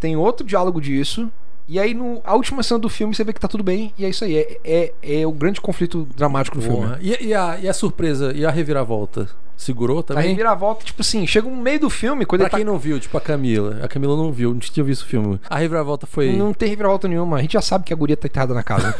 Speaker 1: tem outro diálogo disso. E aí, no, a última cena do filme, você vê que tá tudo bem. E é isso aí. É, é, é o grande conflito dramático do filme.
Speaker 2: Porra. E, e a, e a surpresa? E a reviravolta? Segurou
Speaker 1: Aí
Speaker 2: também?
Speaker 1: vira a volta, tipo assim, chega no meio do filme, quando
Speaker 2: Pra
Speaker 1: ele tá
Speaker 2: quem não viu, tipo a Camila. A Camila não viu, não tinha visto o filme. A reviravolta foi.
Speaker 1: Não tem reviravolta nenhuma. A gente já sabe que a guria tá enterrada na casa.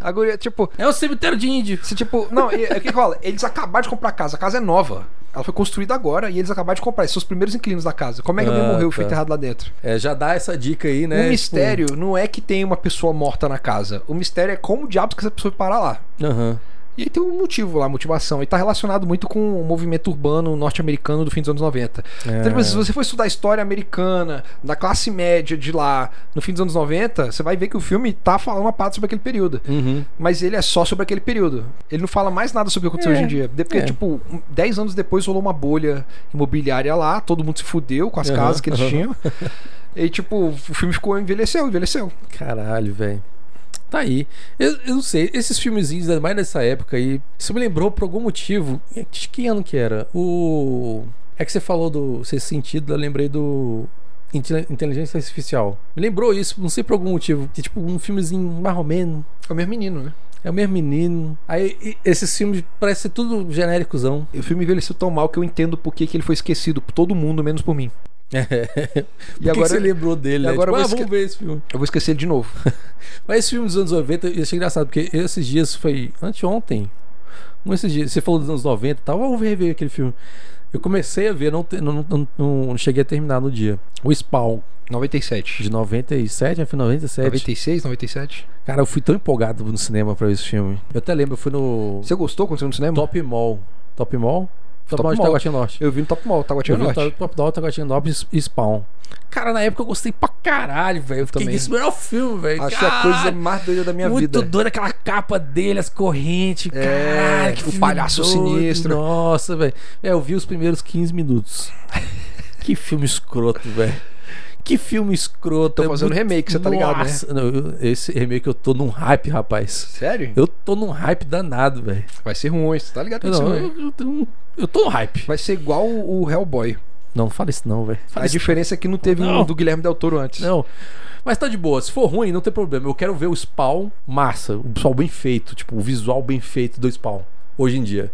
Speaker 1: a guria, tipo.
Speaker 2: É o cemitério de índio.
Speaker 1: Se, tipo, não, e- o que que rola? Eles acabaram de comprar a casa, a casa é nova. Ela foi construída agora e eles acabaram de comprar. Esses são os primeiros inquilinos da casa. Como é que alguém
Speaker 2: Ah,
Speaker 1: morreu e foi
Speaker 2: tá.
Speaker 1: enterrado lá dentro?
Speaker 2: É, já dá essa dica aí, né?
Speaker 1: o
Speaker 2: Tipo,
Speaker 1: mistério não é que tem uma pessoa morta na casa. O mistério é como diabos que essa pessoa foi parar lá.
Speaker 2: Tipo, Aham.
Speaker 1: E aí tem um motivo lá, motivação. E tá relacionado muito com o movimento urbano norte-americano do fim dos anos 90.
Speaker 2: É.
Speaker 1: Então, tipo, se você for estudar a história americana, da classe média de lá, no fim dos anos 90, você vai ver que o filme tá falando uma parte sobre aquele período.
Speaker 2: Uhum.
Speaker 1: Mas ele é só sobre aquele período. Ele não fala mais nada sobre o que aconteceu
Speaker 2: É,
Speaker 1: hoje em dia. De- Porque,
Speaker 2: é.
Speaker 1: tipo, um- 10 anos depois rolou uma bolha imobiliária lá, todo mundo se fudeu com as
Speaker 2: Aham,
Speaker 1: casas que eles
Speaker 2: aham.
Speaker 1: tinham. E, tipo, o filme ficou, envelheceu, envelheceu.
Speaker 2: Caralho, velho. Tá aí. Eu, eu não sei, esses filmezinhos, ainda mais nessa época aí, isso me lembrou por algum motivo. De que ano que era? O. É que você falou do sexto sentido, eu lembrei do. Intel- Inteligência Artificial. Me lembrou isso, não sei por algum motivo. Que, tipo, um filmezinho marromeno.
Speaker 1: É o mesmo menino, né?
Speaker 2: É o mesmo menino. Aí e- esses filmes parecem ser tudo genéricozão.
Speaker 1: E o filme envelheceu tão mal que eu entendo por que que ele foi esquecido por todo mundo, menos por mim. E
Speaker 2: Por que
Speaker 1: agora-
Speaker 2: que você lembrou dele?
Speaker 1: e
Speaker 2: né?
Speaker 1: agora
Speaker 2: Tipo,
Speaker 1: eu vou
Speaker 2: ah,
Speaker 1: esque-
Speaker 2: vamos ver esse filme.
Speaker 1: Eu vou esquecer ele de novo.
Speaker 2: Mas esse filme dos anos 90, eu achei engraçado, porque esses dias foi anteontem. Um esses dias, você falou dos anos 90 e tal, eu vou rever aquele filme. Eu comecei a ver, não, te- não, não- não- não cheguei a terminar no dia. O Spawn,
Speaker 1: 97.
Speaker 2: de 97, foi 97.
Speaker 1: 96, 97.
Speaker 2: Cara, eu fui tão empolgado no cinema pra ver esse filme. Eu até lembro, eu fui no
Speaker 1: Você gostou quando você no cinema?
Speaker 2: Top Mall. Top Mall? Top, Mall de
Speaker 1: Mall.
Speaker 2: Taguatinga Norte.
Speaker 1: Eu vi no Top Mall, Taguatinga
Speaker 2: Eu vi o
Speaker 1: Norte.
Speaker 2: Top Top Down, Taguatinga Norte e Spawn. Cara, na época eu gostei pra caralho, velho. Eu fiquei
Speaker 1: também.
Speaker 2: esse melhor filme, velho.
Speaker 1: Achei a coisa mais doida da minha
Speaker 2: muito
Speaker 1: vida.
Speaker 2: doida aquela capa dele, as correntes, cara. Que
Speaker 1: o
Speaker 2: filme
Speaker 1: tipo, palhaço
Speaker 2: doido.
Speaker 1: sinistro.
Speaker 2: Nossa, velho. É, Eu vi os primeiros 15 minutos. que filme escroto, velho. Que filme escroto.
Speaker 1: Tô fazendo remake, você tá ligado, né?
Speaker 2: é Nossa, não, eu- esse remake eu tô num hype, rapaz.
Speaker 1: Sério?
Speaker 2: Eu tô num hype danado, velho.
Speaker 1: Vai ser ruim, você tá ligado que vai ser
Speaker 2: Não,
Speaker 1: ruim.
Speaker 2: eu, eu, eu- eu tô no hype.
Speaker 1: Vai ser igual o o Hellboy.
Speaker 2: Não, não fala isso não, velho. Fala
Speaker 1: A
Speaker 2: isso
Speaker 1: diferença é que não teve
Speaker 2: Não.
Speaker 1: um do Guilherme Del Toro antes.
Speaker 2: Não. Mas tá de boa. Se for ruim, não tem problema. Eu quero ver o spawn massa. O spawn bem feito. Tipo, o visual bem feito do spawn. Hoje em dia.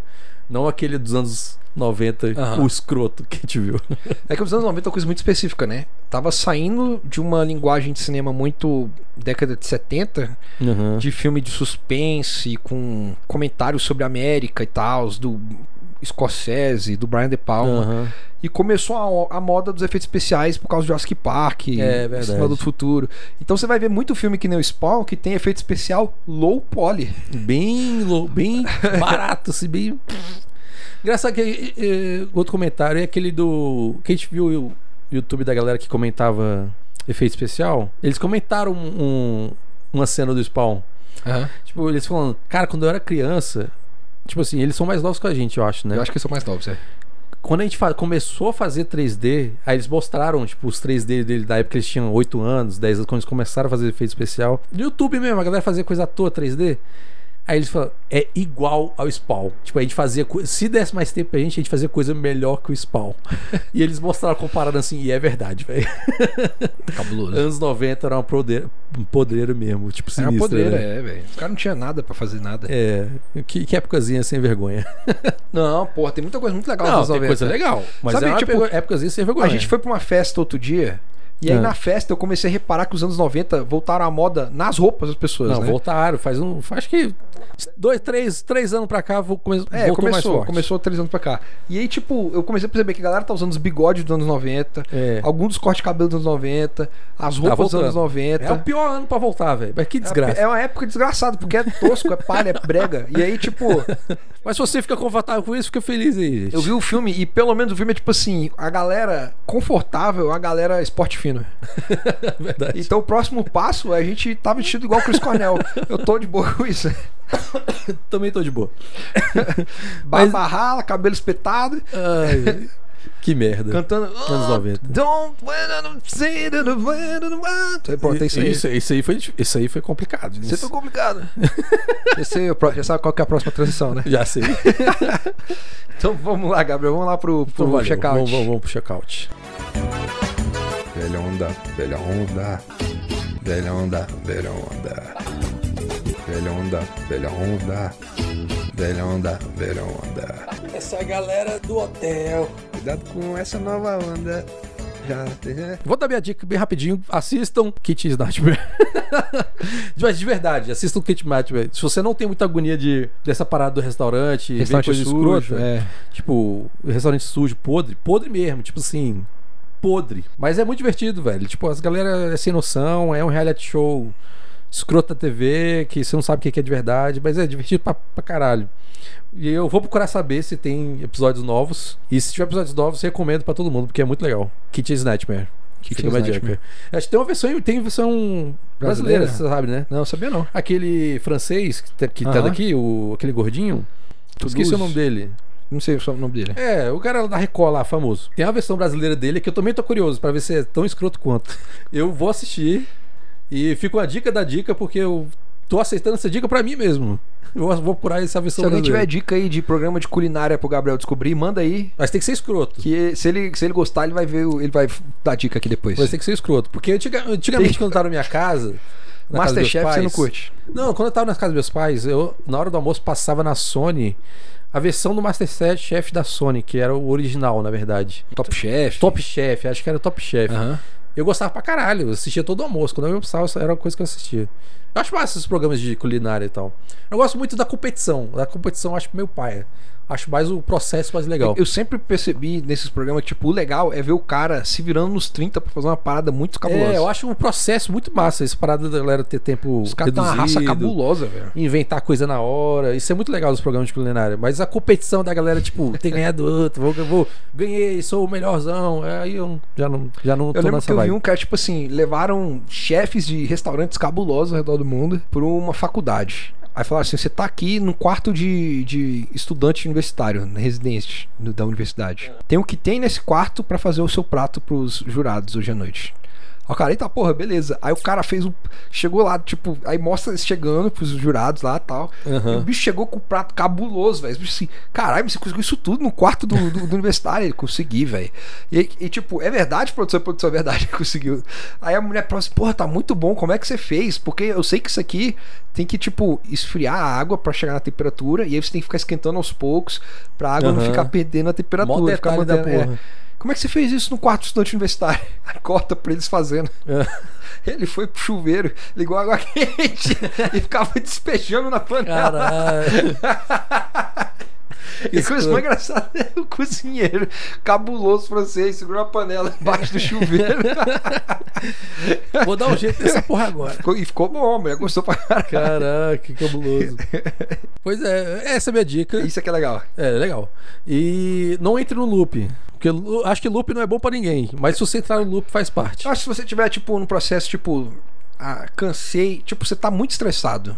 Speaker 2: Não aquele dos anos 90,
Speaker 1: Aham.
Speaker 2: o escroto que a gente viu.
Speaker 1: É que os anos 90 é uma coisa muito específica, né? Tava saindo de uma linguagem de cinema muito década de 70, de filme de suspense, com comentários sobre a América e tal, do Scorsese, do Brian De Palma.
Speaker 2: Aham.
Speaker 1: E começou a, a moda dos efeitos especiais por causa do Jurassic Park,
Speaker 2: É verdade.
Speaker 1: Exterminador do Futuro. Então você vai ver muito filme que nem o Spawn que tem efeito especial low poly.
Speaker 2: Bem lou- bem barato, assim, bem. Engraçado que eh, outro comentário é aquele do. Que a gente viu o YouTube da galera que comentava efeito especial. Eles comentaram um- um- uma cena do spawn. Tipo, eles falando, cara, quando eu era criança. Tipo assim, eles são mais novos que a gente, eu acho, né?
Speaker 1: Eu acho que são mais novos, é.
Speaker 2: Quando a gente fa- começou a fazer 3D, aí eles mostraram, tipo, os 3D dele da época que eles tinham 8 anos, 10 anos, quando eles começaram a fazer efeito especial. No YouTube mesmo, a galera fazia coisa à toa 3D. Aí eles falam, é igual ao Spawn. Tipo, a gente fazia. co- Se desse mais tempo pra gente, a gente fazia coisa melhor que o Spawn. e eles mostraram comparando assim, e é verdade, velho.
Speaker 1: Cabuloso.
Speaker 2: Anos 90 era uma podreira, um podreiro mesmo. Tipo,
Speaker 1: Era
Speaker 2: sinistro.
Speaker 1: uma podreira,
Speaker 2: né?
Speaker 1: é, velho. Os caras não tinham nada pra fazer nada.
Speaker 2: É. Que, que épocazinha sem vergonha.
Speaker 1: Não, porra, tem muita coisa muito legal
Speaker 2: Não,
Speaker 1: nos anos 90.
Speaker 2: tem coisa legal. Mas
Speaker 1: Sabe,
Speaker 2: é uma
Speaker 1: tipo,
Speaker 2: época- épocas isso sem vergonha.
Speaker 1: A gente foi pra uma festa outro dia. E aí
Speaker 2: Ah.
Speaker 1: na festa eu comecei a reparar que os anos 90 voltaram à moda nas roupas das pessoas,
Speaker 2: Não,
Speaker 1: né?
Speaker 2: voltaram. Faz um. Acho que. Dois, três, três anos pra cá, vou come...
Speaker 1: É,
Speaker 2: voltou mais
Speaker 1: começou,
Speaker 2: forte.
Speaker 1: começou três anos pra cá. E aí, tipo, eu comecei a perceber que a galera tá usando os bigodes dos anos 90,
Speaker 2: É. Tá
Speaker 1: alguns dos cortes de cabelo dos anos 90, as roupas dos
Speaker 2: voltando.
Speaker 1: anos 90.
Speaker 2: É o pior ano pra voltar, velho. Mas que desgraça.
Speaker 1: É uma época desgraçada, porque é tosco, é palha, é brega. E aí, tipo,
Speaker 2: Mas se você fica confortável com isso, fica feliz aí, gente.
Speaker 1: eu vi o filme e pelo menos o filme é tipo assim, a galera confortável, a galera esporte fino.
Speaker 2: É verdade.
Speaker 1: Então o próximo passo é a gente tá vestido igual o Chris Cornell. Eu tô de boa com isso.
Speaker 2: Também tô de boa. Mas-
Speaker 1: Barba rala, cabelo espetado,
Speaker 2: Ai, que merda.
Speaker 1: cantando.
Speaker 2: Anos 90.
Speaker 1: Don't wanna see the wind. Pronto, é isso aí.
Speaker 2: Isso, isso aí foi, dif- isso aí foi complicado.
Speaker 1: Você tá
Speaker 2: Isso-
Speaker 1: complicado. já, sei o pró- já sabe qual que é a próxima transição, né?
Speaker 2: Já sei.
Speaker 1: Então vamos lá, Gabriel. Vamos lá pro, pro
Speaker 2: Então, valeu.
Speaker 1: check-out.
Speaker 2: Vamos, vamos, vamos pro check-out.
Speaker 1: Velha onda, velha onda. Velha onda, velha onda. Velha onda, velha onda. Velha onda, velha onda.
Speaker 2: Essa galera do hotel.
Speaker 1: Cuidado com essa nova onda. Já tem. né?
Speaker 2: Vou dar minha dica bem rapidinho. Assistam Kitty's Nightmare. Mas de verdade, assistam Kitty's Nightmare. Se você não tem muita agonia de, dessa parada do restaurante, ver coisa escrota,
Speaker 1: é.
Speaker 2: tipo, restaurante sujo, podre, podre mesmo, tipo assim, podre. Mas é muito divertido, velho. Tipo, as galera é sem noção, é um reality show escrota TV, que você não sabe o que que é de verdade, mas é divertido pra, pra caralho. E eu vou procurar saber se tem episódios novos. E se tiver episódios novos, recomendo pra todo mundo, porque é muito legal. Kitty's Nightmare. Fica
Speaker 1: Kitty's
Speaker 2: minha dica.
Speaker 1: Nightmare.
Speaker 2: Acho que tem uma versão, tem versão brasileira,
Speaker 1: Brasileira?
Speaker 2: você sabe, né?
Speaker 1: Não, sabia não.
Speaker 2: Aquele francês que tá, que tá
Speaker 1: Aham.
Speaker 2: daqui, o, aquele gordinho. Esqueci o nome dele.
Speaker 1: Não sei o nome dele.
Speaker 2: É, o cara da Record lá, famoso. Tem a versão brasileira dele que eu também tô curioso pra ver se é tão escroto quanto. Eu vou assistir e fico a dica da dica porque eu tô aceitando essa dica pra mim mesmo. Eu vou procurar essa versão
Speaker 1: Se alguém tiver
Speaker 2: brasileira.
Speaker 1: dica aí de programa de culinária pro Gabriel descobrir, manda aí.
Speaker 2: Mas tem que ser escroto.
Speaker 1: Que se ele, se ele gostar, ele vai ver, o- ele vai dar dica aqui depois.
Speaker 2: Mas tem que ser escroto. Porque antiga- antigamente quando eu tava na minha
Speaker 1: tá
Speaker 2: casa. na casa dos
Speaker 1: Masterchef
Speaker 2: meus
Speaker 1: você não
Speaker 2: pais-
Speaker 1: curte.
Speaker 2: Não, quando eu tava na casa dos meus pais, eu, na hora do almoço, passava na Sony a versão do Masterchef da Sony, que era o original, na verdade.
Speaker 1: Então, Top Chef.
Speaker 2: Top Chef, acho que era Top Chef.
Speaker 1: Aham.
Speaker 2: Eu gostava pra caralho, eu assistia todo almoço. Quando eu almoçava, era uma coisa que eu assistia. Eu acho massa esses programas de culinária e tal. Eu gosto muito da competição. Da competição eu acho meio paia. acho mais o processo mais legal.
Speaker 1: Eu sempre percebi nesses programas, tipo, o legal é ver o cara se virando nos 30 pra fazer uma parada muito cabulosa.
Speaker 2: É, eu acho um processo muito massa, essa parada da galera ter tempo
Speaker 1: Os caras têm uma raça
Speaker 2: reduzido.
Speaker 1: cabulosa, velho.
Speaker 2: inventar coisa na hora. Isso é muito legal nos programas de culinária. Mas a competição da galera, tipo, ter ganhado outro, vou, vou ganhei, sou o melhorzão. É, Aí eu já não, já não
Speaker 1: Eu
Speaker 2: tô
Speaker 1: lembro
Speaker 2: nessa
Speaker 1: que eu vi
Speaker 2: vibe.
Speaker 1: um cara, tipo assim, levaram chefes de restaurantes cabulosos ao redor do mundo pra uma faculdade. Aí falaram assim: você tá aqui no quarto de, de estudante universitário, na residente do- da universidade. Tem o que tem nesse quarto pra fazer o seu prato pros jurados hoje à noite. Aí o cara, eita porra, beleza. Aí o cara fez o. Chegou lá, tipo, aí mostra eles chegando pros jurados lá e tal.
Speaker 2: Aham.
Speaker 1: E o bicho chegou com o prato cabuloso, velho. O bicho assim, caralho, mas você conseguiu isso tudo no quarto do, do, do universitário? Ele consegui, velho. E, e, tipo, é verdade, produção, produção, é verdade, ele conseguiu. Aí a mulher falou assim, porra, tá muito bom, como é que você fez? Porque eu sei que isso aqui tem que, tipo, esfriar a água pra chegar na temperatura e aí você tem que ficar esquentando aos poucos pra água não
Speaker 2: Aham.
Speaker 1: ficar perdendo a temperatura.
Speaker 2: Mó
Speaker 1: ficar
Speaker 2: detalhe da
Speaker 1: mantendo-
Speaker 2: porra.
Speaker 1: Como é que você fez isso no quarto do estudante universitário? Corta pra eles fazendo.
Speaker 2: É.
Speaker 1: Ele foi pro chuveiro, ligou água quente e ficava despejando na panela.
Speaker 2: Caralho.
Speaker 1: E coisa mais engraçada é o cozinheiro cabuloso francês segurou a panela embaixo do chuveiro.
Speaker 2: Vou dar um jeito nessa porra agora.
Speaker 1: Ficou- e ficou bom, a mulher gostou pra caralho.
Speaker 2: Caraca, que cabuloso. Pois é, essa é a minha dica.
Speaker 1: Isso é que é legal.
Speaker 2: É, legal. E não entre no loop. Porque lu- acho que loop não é bom pra ninguém. Mas se você entrar no loop, faz parte.
Speaker 1: Eu acho que se você tiver, tipo, num processo, tipo, ah, cansei, tipo, você tá muito estressado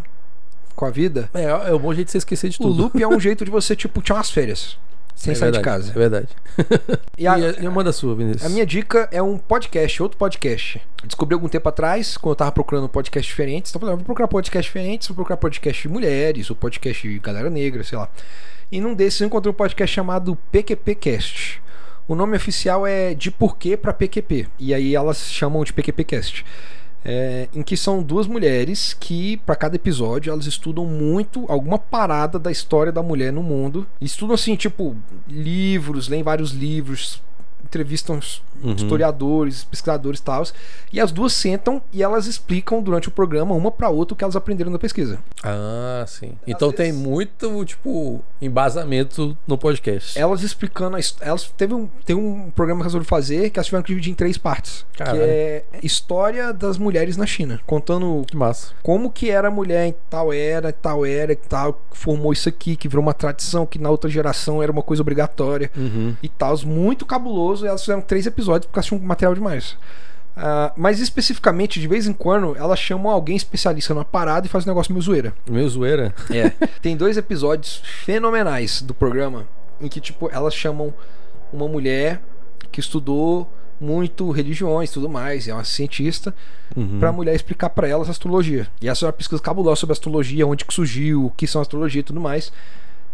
Speaker 1: com a vida,
Speaker 2: É, é um bom jeito de você esquecer de
Speaker 1: o
Speaker 2: tudo.
Speaker 1: loop é um jeito de você, tipo, tirar umas férias. Sem
Speaker 2: é
Speaker 1: sair de
Speaker 2: verdade,
Speaker 1: casa.
Speaker 2: É verdade.
Speaker 1: E a-
Speaker 2: e, e manda a sua, Vinícius.
Speaker 1: A minha dica é um podcast, outro podcast. Eu Descobri algum tempo atrás, quando eu tava procurando podcasts diferentes. Então eu falei, ah, vou procurar podcasts diferentes, vou procurar podcast de mulheres, ou podcast de galera negra, sei lá. E num desses eu encontrei um podcast chamado PQPcast. O nome oficial é De Porquê pra PQP. E aí elas chamam de PQPcast. É, em que são duas mulheres que, pra cada episódio, elas estudam muito alguma parada da história da mulher no mundo. Estudam, assim, tipo, livros, leem vários livros, entrevistam os
Speaker 2: Uhum.
Speaker 1: historiadores, pesquisadores e tal. E as duas sentam e elas explicam durante o programa, uma pra outra, o que elas aprenderam na pesquisa.
Speaker 2: Ah, sim. Então
Speaker 1: vezes-
Speaker 2: tem muito, tipo, embasamento no podcast.
Speaker 1: Elas explicando. a his- Elas teve um, tem um programa que elas foram fazer que elas tiveram que dividir em três partes.
Speaker 2: Caralho.
Speaker 1: Que é História das Mulheres na China. Contando
Speaker 2: Que massa.
Speaker 1: como que era a mulher em tal era, tal era, e tal, que formou isso aqui, que virou uma tradição, que na outra geração era uma coisa obrigatória.
Speaker 2: Uhum.
Speaker 1: e tal, muito cabuloso. E elas fizeram três episódios porque elas tinham material demais. Ah, mas especificamente, de vez em quando, elas chamam alguém especialista numa parada e faz um negócio meio zoeira.
Speaker 2: Meu zoeira.
Speaker 1: É. Tem dois episódios fenomenais do programa em que, tipo, elas chamam uma mulher que estudou muito religiões e tudo mais, e é uma cientista,
Speaker 2: Uhum.
Speaker 1: pra mulher explicar pra elas astrologia. E essa é uma pesquisa cabulosa sobre astrologia, onde que surgiu, o que são astrologia e tudo mais.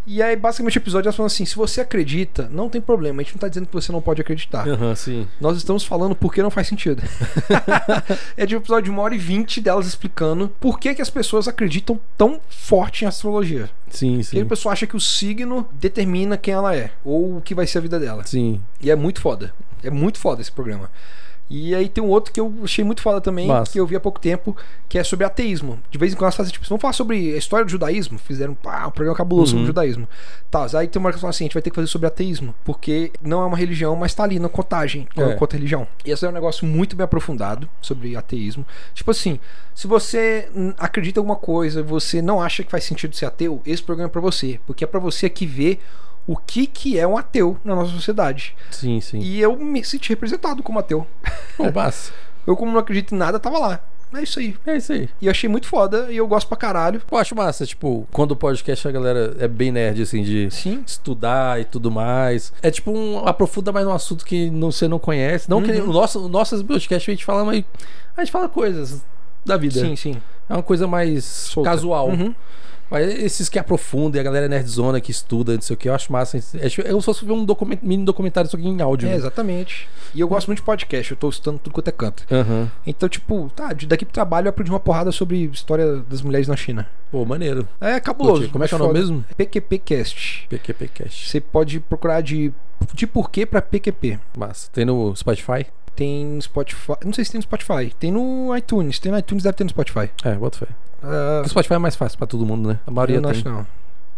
Speaker 1: E aí, basicamente, o episódio elas falam assim: se você acredita, não tem problema, a gente não tá dizendo que você não pode acreditar.
Speaker 2: Aham, sim.
Speaker 1: Nós estamos falando porque não faz sentido. é de um episódio de uma hora e vinte delas explicando por que, que as pessoas acreditam tão forte em astrologia.
Speaker 2: Sim,
Speaker 1: Porque
Speaker 2: sim.
Speaker 1: a pessoa acha que o signo determina quem ela é, ou o que vai ser a vida dela.
Speaker 2: Sim.
Speaker 1: E é muito foda. É muito foda esse programa. E aí tem um outro que eu achei muito foda também,
Speaker 2: Massa.
Speaker 1: que eu vi há pouco tempo, que é sobre ateísmo. De vez em quando elas fazem, tipo, vamos falar sobre a história do judaísmo? Fizeram pá, um programa cabuloso sobre
Speaker 2: Uhum.
Speaker 1: o judaísmo. Tá, aí tem uma hora que fala assim, a gente vai ter que fazer sobre ateísmo, porque não é uma religião, mas tá ali na contagem,
Speaker 2: É.
Speaker 1: quanto religião. E esse é um negócio muito bem aprofundado sobre ateísmo. Tipo assim, se você hum, acredita em alguma coisa, você não acha que faz sentido ser ateu, esse programa é pra você, porque é pra você que vê o que que é um ateu na nossa sociedade.
Speaker 2: Sim, sim.
Speaker 1: E eu me senti representado como ateu.
Speaker 2: Bom, passa.
Speaker 1: Eu, como não acredito em nada, tava lá. É isso aí.
Speaker 2: É isso aí.
Speaker 1: E eu achei muito foda e eu gosto pra caralho.
Speaker 2: Eu acho massa, tipo, quando o podcast a galera é bem nerd, assim, de
Speaker 1: Sim.
Speaker 2: estudar e tudo mais. É tipo um aprofunda mais num assunto que não, você não conhece. Não
Speaker 1: Uhum.
Speaker 2: que o nosso, o nosso podcast a gente fala, mas a gente fala coisas da vida.
Speaker 1: Sim, sim.
Speaker 2: É uma coisa mais
Speaker 1: Solta.
Speaker 2: casual.
Speaker 1: Uhum.
Speaker 2: Mas esses que aprofundam, e a galera é nerdzona que estuda, não sei o que, eu acho massa. Acho- É como se fosse ver um document- mini documentário só que em áudio.
Speaker 1: É,
Speaker 2: né?
Speaker 1: exatamente. E eu gosto muito de podcast, eu tô estudando tudo quanto é canto.
Speaker 2: Aham.
Speaker 1: Então, tipo, tá, de- daqui pro trabalho eu aprendi uma porrada sobre história das mulheres na China.
Speaker 2: Pô, maneiro.
Speaker 1: É cabuloso.
Speaker 2: Curti. Como é que é o nome
Speaker 1: foda.
Speaker 2: mesmo?
Speaker 1: PQPcast.
Speaker 2: PQPcast.
Speaker 1: Você pode procurar de, de porquê pra PQP.
Speaker 2: Massa. Tem no Spotify?
Speaker 1: Tem no Spotify. Não sei se tem no Spotify. Tem no iTunes. Tem no iTunes, deve ter no Spotify.
Speaker 2: É, bota fé.
Speaker 1: Ah,
Speaker 2: O Spotify é mais fácil pra todo mundo, né? A maioria
Speaker 1: eu não
Speaker 2: tem.
Speaker 1: acho não.
Speaker 2: A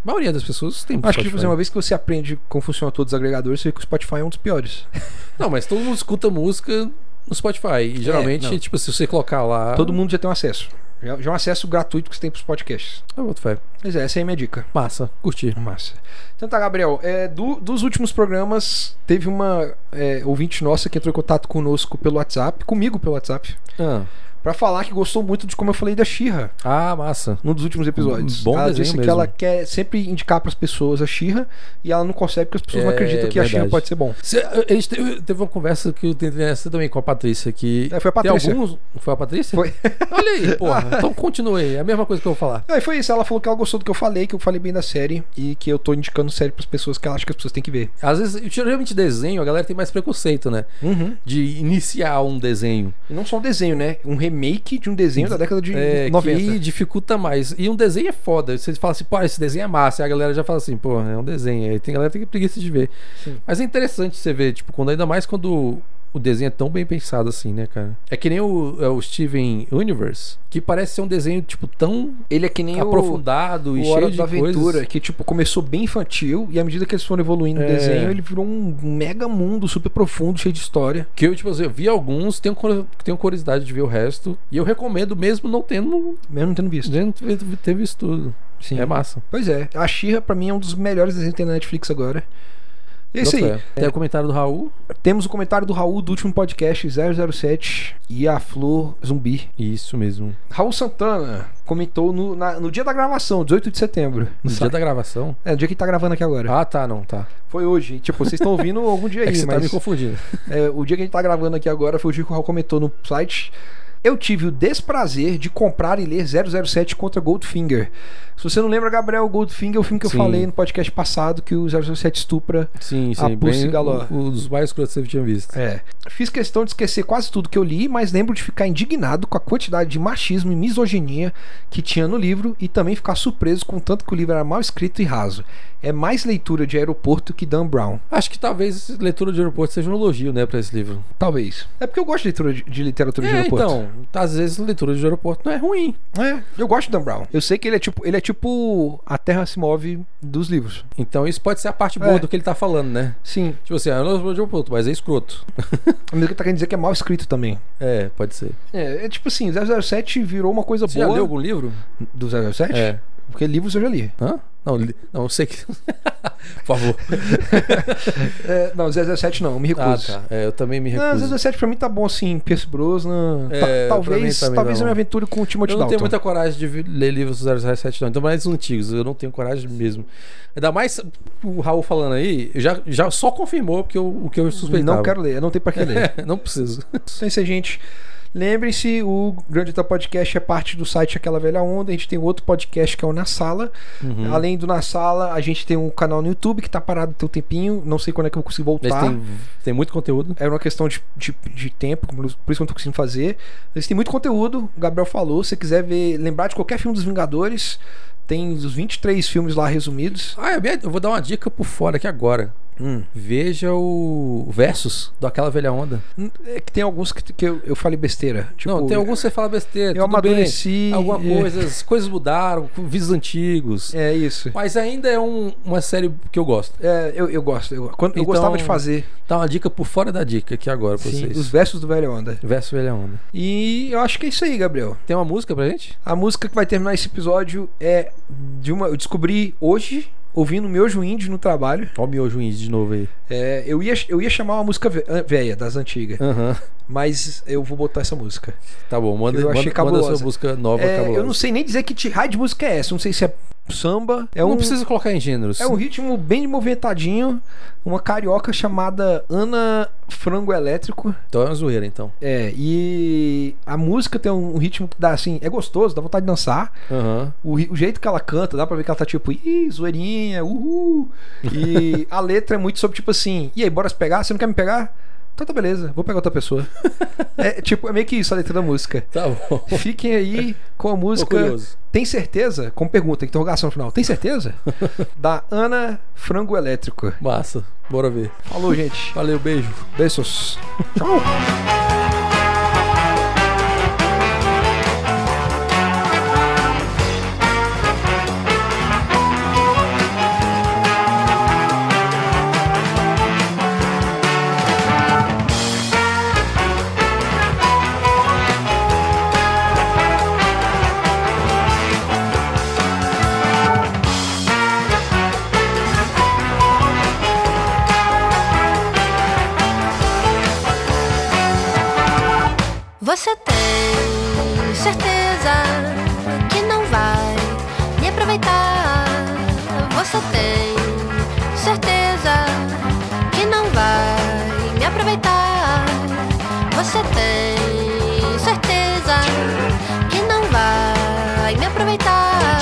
Speaker 2: maioria das pessoas tem
Speaker 1: Acho que, tipo
Speaker 2: Spotify.
Speaker 1: assim, uma vez que você aprende como funciona todos os agregadores, você vê que o Spotify é um dos piores.
Speaker 2: Ah. Não, mas todo mundo escuta música no Spotify. E geralmente,
Speaker 1: É, não.
Speaker 2: tipo, se você colocar lá.
Speaker 1: Todo mundo já tem um acesso. Já, já é um acesso gratuito que você tem pros podcasts.
Speaker 2: Ah, boto fé.
Speaker 1: Pois é, essa é a minha dica.
Speaker 2: Massa, curti.
Speaker 1: Massa. Então tá, Gabriel. é, do- dos últimos programas, teve uma é, ouvinte nossa que entrou em contato conosco pelo WhatsApp, comigo pelo WhatsApp,
Speaker 2: Ah,
Speaker 1: pra falar que gostou muito de como eu falei da Xirra
Speaker 2: ah, massa.
Speaker 1: num dos últimos episódios.
Speaker 2: Bom
Speaker 1: ela
Speaker 2: desenho
Speaker 1: disse que
Speaker 2: mesmo.
Speaker 1: ela quer sempre indicar pras pessoas a Xirra e ela não consegue porque as pessoas não
Speaker 2: É,
Speaker 1: acreditam que a Xirra
Speaker 2: verdade.
Speaker 1: pode ser bom.
Speaker 2: Cê- a gente teve, teve uma conversa que eu tentei essa também com a Patrícia. Que
Speaker 1: É, foi a Patrícia.
Speaker 2: Tem alguns. Foi a Patrícia?
Speaker 1: Foi.
Speaker 2: Olha aí, porra. Então continue aí. É a mesma coisa que eu vou falar.
Speaker 1: Aí foi isso, ela falou que ela gostou do que eu falei, que eu falei bem da série e que eu tô indicando série pras pessoas que ela acha que as pessoas têm que ver.
Speaker 2: Às vezes, eu- geralmente desenho, a galera tem mais preconceito, né?
Speaker 1: Uhum.
Speaker 2: De iniciar um desenho.
Speaker 1: E não só um desenho, né? Um remake de um desenho da década de
Speaker 2: É,
Speaker 1: 90.
Speaker 2: que dificulta mais. E um desenho é foda. Você fala assim, pô, esse desenho é massa. E a galera já fala assim, pô, é um desenho. Aí tem galera que tem preguiça de ver.
Speaker 1: Sim.
Speaker 2: Mas é interessante você ver, tipo, quando ainda mais quando o desenho é tão bem pensado assim, né, cara? É que nem o, é o Steven Universe, que parece ser um desenho, tipo, tão
Speaker 1: Ele é que nem o
Speaker 2: aprofundado e
Speaker 1: o
Speaker 2: cheio
Speaker 1: Hora
Speaker 2: de
Speaker 1: da Aventura,
Speaker 2: coisas.
Speaker 1: que tipo começou bem infantil e à medida que eles foram evoluindo
Speaker 2: É.
Speaker 1: o desenho, ele virou um mega mundo super profundo, cheio de história.
Speaker 2: Que eu, tipo assim, eu vi alguns, tenho, cur- tenho curiosidade de ver o resto. E eu recomendo mesmo não tendo,
Speaker 1: Mesmo não tendo visto.
Speaker 2: não tendo ter visto tudo.
Speaker 1: Sim.
Speaker 2: É massa.
Speaker 1: Pois é, a Xirra pra mim é um dos melhores desenhos que tem na Netflix agora. E é isso aí.
Speaker 2: Boa fé. Tem o comentário do Raul.
Speaker 1: Temos o comentário do Raul do último podcast 007 e a Flor Zumbi.
Speaker 2: Isso mesmo.
Speaker 1: Raul Santana comentou no, na- no dia da gravação, 18 de setembro.
Speaker 2: No
Speaker 1: Sa-
Speaker 2: dia da gravação.
Speaker 1: É, no dia que tá gravando aqui agora.
Speaker 2: Ah, tá, não, tá.
Speaker 1: Foi hoje. Tipo, vocês estão ouvindo algum dia
Speaker 2: É que
Speaker 1: aí,
Speaker 2: você tá me
Speaker 1: mas
Speaker 2: confundindo.
Speaker 1: é, o dia que a gente tá gravando aqui agora foi o dia que o Raul comentou no site. Eu tive o desprazer de comprar e ler 007 contra Goldfinger. Se você não lembra, Gabriel, Goldfinger é o filme que eu
Speaker 2: Sim.
Speaker 1: falei no podcast passado que o 007 estupra
Speaker 2: Sim, sim.
Speaker 1: A Pussy
Speaker 2: bem,
Speaker 1: Galore.
Speaker 2: o- os mais escrotos que eu tinha visto.
Speaker 1: É. Fiz questão de esquecer quase tudo que eu li, mas lembro de ficar indignado com a quantidade de machismo e misoginia que tinha no livro e também ficar surpreso com o tanto que o livro era mal escrito e raso. É mais leitura de aeroporto que Dan Brown.
Speaker 2: Acho que talvez leitura de aeroporto seja um elogio, né, pra esse livro.
Speaker 1: Talvez. É porque eu gosto de leitura de, de literatura de
Speaker 2: É,
Speaker 1: aeroporto.
Speaker 2: então, às vezes leitura de aeroporto não é ruim.
Speaker 1: É, eu gosto de Dan Brown. Eu sei que ele é tipo, ele é tipo a Terra se move dos livros.
Speaker 2: Então isso pode ser a parte boa
Speaker 1: É.
Speaker 2: do que ele tá falando, né?
Speaker 1: Sim.
Speaker 2: Tipo assim, ah, eu não sou de aeroporto, mas é escroto.
Speaker 1: Mas o que tá querendo dizer que é mal escrito também.
Speaker 2: É, pode ser.
Speaker 1: É, é tipo assim, 007 virou uma coisa
Speaker 2: Você já
Speaker 1: boa
Speaker 2: leu algum livro?
Speaker 1: do 007?
Speaker 2: É.
Speaker 1: Porque livros eu já li.
Speaker 2: Hã? Não, li- não, eu sei que. Por favor.
Speaker 1: É, não, 007 não, eu me
Speaker 2: Ah,
Speaker 1: recuso.
Speaker 2: tá. É, eu também me
Speaker 1: Não,
Speaker 2: recuso.
Speaker 1: 17 pra mim tá bom assim, Pierce Brosnan.
Speaker 2: É,
Speaker 1: Ta-
Speaker 2: pra mim
Speaker 1: talvez
Speaker 2: também
Speaker 1: talvez
Speaker 2: tá
Speaker 1: eu
Speaker 2: bom.
Speaker 1: me aventure com o Timothy
Speaker 2: Eu não tenho
Speaker 1: Dalton.
Speaker 2: muita coragem de vi- ler livros do 007, não. Então, mais antigos, eu não tenho coragem mesmo. Ainda mais o Raul falando aí, já, já só confirmou porque eu- o que eu suspeitava.
Speaker 1: Não quero ler, não tem pra que ler.
Speaker 2: não preciso.
Speaker 1: então é isso aí, gente. Lembre-se, o Grande Tá Podcast é parte do site Aquela Velha Onda. A gente tem outro podcast que é o Na Sala.
Speaker 2: Hum. Uhum.
Speaker 1: Além do Na Sala, a gente tem um canal no YouTube que tá parado tem um tempinho. Não sei quando é que eu vou conseguir
Speaker 2: Mas
Speaker 1: voltar.
Speaker 2: tem, tem muito conteúdo.
Speaker 1: Era uma questão de, de, de tempo, por isso que eu não tô conseguindo fazer. Eles têm muito conteúdo, o Gabriel falou. Se você quiser ver, lembrar de qualquer filme dos Vingadores, tem os 23 filmes lá resumidos.
Speaker 2: Ah, eu, me- eu vou dar uma dica por fora aqui agora. Veja o Versus do Aquela Velha Onda.
Speaker 1: É que tem alguns que, que eu, eu falei besteira. Tipo,
Speaker 2: não, tem alguns que você fala besteira.
Speaker 1: Eu
Speaker 2: tudo bem.
Speaker 1: amadureci.
Speaker 2: Alguma
Speaker 1: é,
Speaker 2: coisa, as coisas mudaram, vídeos antigos.
Speaker 1: É isso.
Speaker 2: Mas ainda é um- uma série que eu gosto.
Speaker 1: É, eu, eu gosto. Eu, quando, eu
Speaker 2: Então,
Speaker 1: gostava de fazer
Speaker 2: Tá uma dica por fora da dica aqui agora pra
Speaker 1: sim,
Speaker 2: vocês.
Speaker 1: os versos do Velho Onda.
Speaker 2: Versus Velha Onda.
Speaker 1: E eu acho que é isso aí, Gabriel.
Speaker 2: Tem uma música pra gente?
Speaker 1: A música que vai terminar esse episódio é de uma. Eu descobri hoje, ouvindo Miojo Índio no trabalho.
Speaker 2: Ó, o Miojo Indie de novo aí.
Speaker 1: É, eu, ia, eu ia chamar uma música ve- velha, das antigas.
Speaker 2: Aham.
Speaker 1: Mas eu vou botar essa música.
Speaker 2: Tá bom, manda,
Speaker 1: Eu achei
Speaker 2: manda, manda
Speaker 1: cabulosa.
Speaker 2: sua música nova
Speaker 1: É,
Speaker 2: cabulosa.
Speaker 1: eu não sei nem dizer que ti- raio de música é essa. Não sei se é samba. É
Speaker 2: Não
Speaker 1: um,
Speaker 2: precisa colocar em gêneros.
Speaker 1: É um ritmo bem movimentadinho. Uma carioca chamada Ana Frango Elétrico.
Speaker 2: Então é uma zoeira, então.
Speaker 1: É, e a música tem um ritmo que dá assim, é gostoso, dá vontade de dançar.
Speaker 2: Aham.
Speaker 1: O, ri- o jeito que ela canta, dá pra ver que ela tá tipo, ih, zoeirinha, uhul. E a letra é muito sobre tipo assim, e aí, bora se pegar? Você não quer me pegar? Então tá beleza, vou pegar outra pessoa. é tipo, é meio que isso a letra da música.
Speaker 2: Tá bom.
Speaker 1: Fiquem aí com a música.
Speaker 2: curioso.
Speaker 1: Tem certeza? Com pergunta, interrogação no final. Tem certeza? da Ana Frango Elétrico.
Speaker 2: Massa. Bora ver.
Speaker 1: Falou, gente.
Speaker 2: Valeu, beijo.
Speaker 1: Beijos. Tchau.
Speaker 3: Você tem certeza que não vai me aproveitar. Você tem certeza que não vai me aproveitar. Você tem certeza que não vai me aproveitar.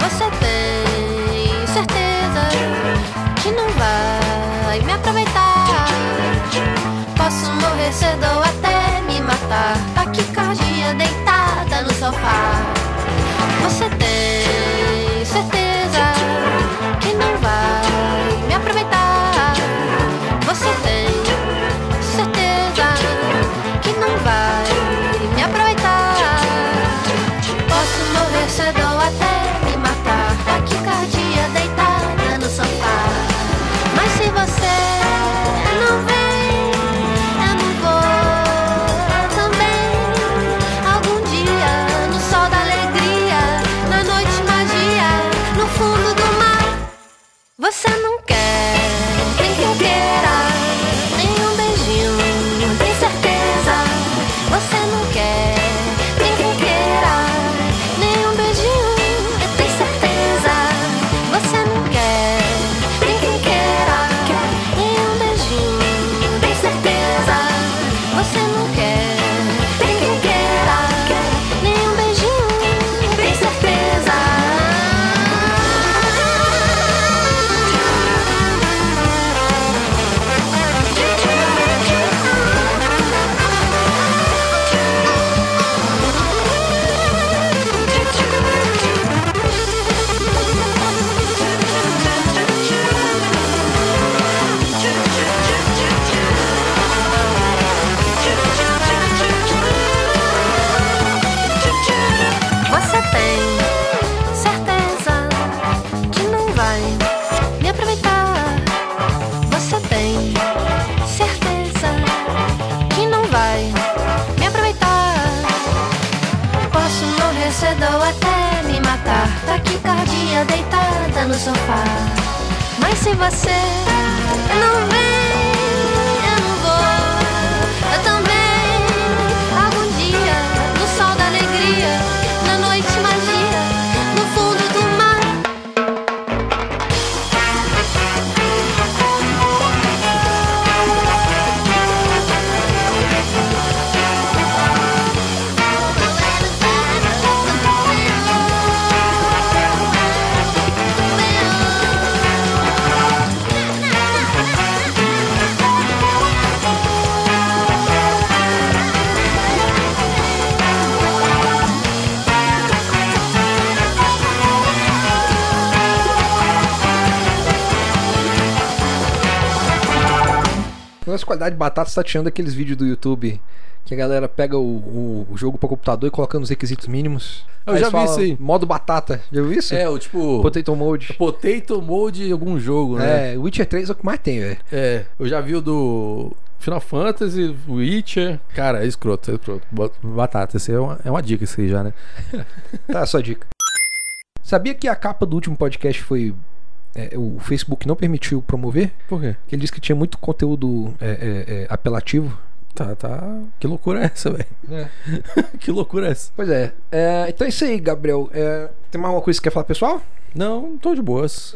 Speaker 3: Você tem certeza que não vai me aproveitar. Posso morrer cedo ou até me matar. Taquicardia deitada no sofá. Você tem certeza que não vai me aproveitar. Você tem certeza que não vai me aproveitar. Posso morrer cedo ou até me matar. Taquicardia deitada no sofá. Mas se você não vem, eu não vou também. Algum dia, no sol da alegria, na noite magia, no fundo do mar. Você não quer, nem que eu queira, nem um beijinho, tem certeza. Você não quer, nem que eu queira, nem um beijinho, tem certeza. Você não quer, nem que eu queira, nem um beijinho, tem certeza. Você não quer, nem que eu queira, nem um beijinho, tem certeza. Você tem certeza que não vai me aproveitar. Você tem certeza que não vai me aproveitar. Posso morrer cedo ou até me matar. Taquicardia deitada no sofá. Mas se você não vem, eu não vou. Eu também. Algum dia, no sol da alegria, na noite magia, no fundo do mar.
Speaker 1: Nossa qualidade de batata está tirando aqueles vídeos do YouTube que a galera pega o, o jogo para computador e coloca nos requisitos mínimos.
Speaker 2: Eu
Speaker 1: Aí
Speaker 2: já
Speaker 1: eles
Speaker 2: vi
Speaker 1: falam,
Speaker 2: isso aí.
Speaker 1: Modo batata. Já viu isso?
Speaker 2: É, o tipo.
Speaker 1: Potato Mode.
Speaker 2: Potato Mode de algum jogo, né?
Speaker 1: É, Witcher 3 é o que mais tem, velho.
Speaker 2: É, eu já vi o do Final Fantasy, Witcher. Cara, é escroto, é escroto. Bo- Batata, isso é uma, é uma dica isso aí já, né?
Speaker 1: Tá, só dica. Sabia que a capa do último podcast foi. é, o Facebook não permitiu promover?
Speaker 2: Por quê?
Speaker 1: Ele disse que tinha muito conteúdo é, é, é, apelativo.
Speaker 2: Tá, tá. Que loucura é essa, velho? que loucura é essa?
Speaker 1: Pois é. É, Então é isso aí, Gabriel. É, Tem mais alguma coisa que você quer falar, pessoal?
Speaker 2: Não, tô de boas.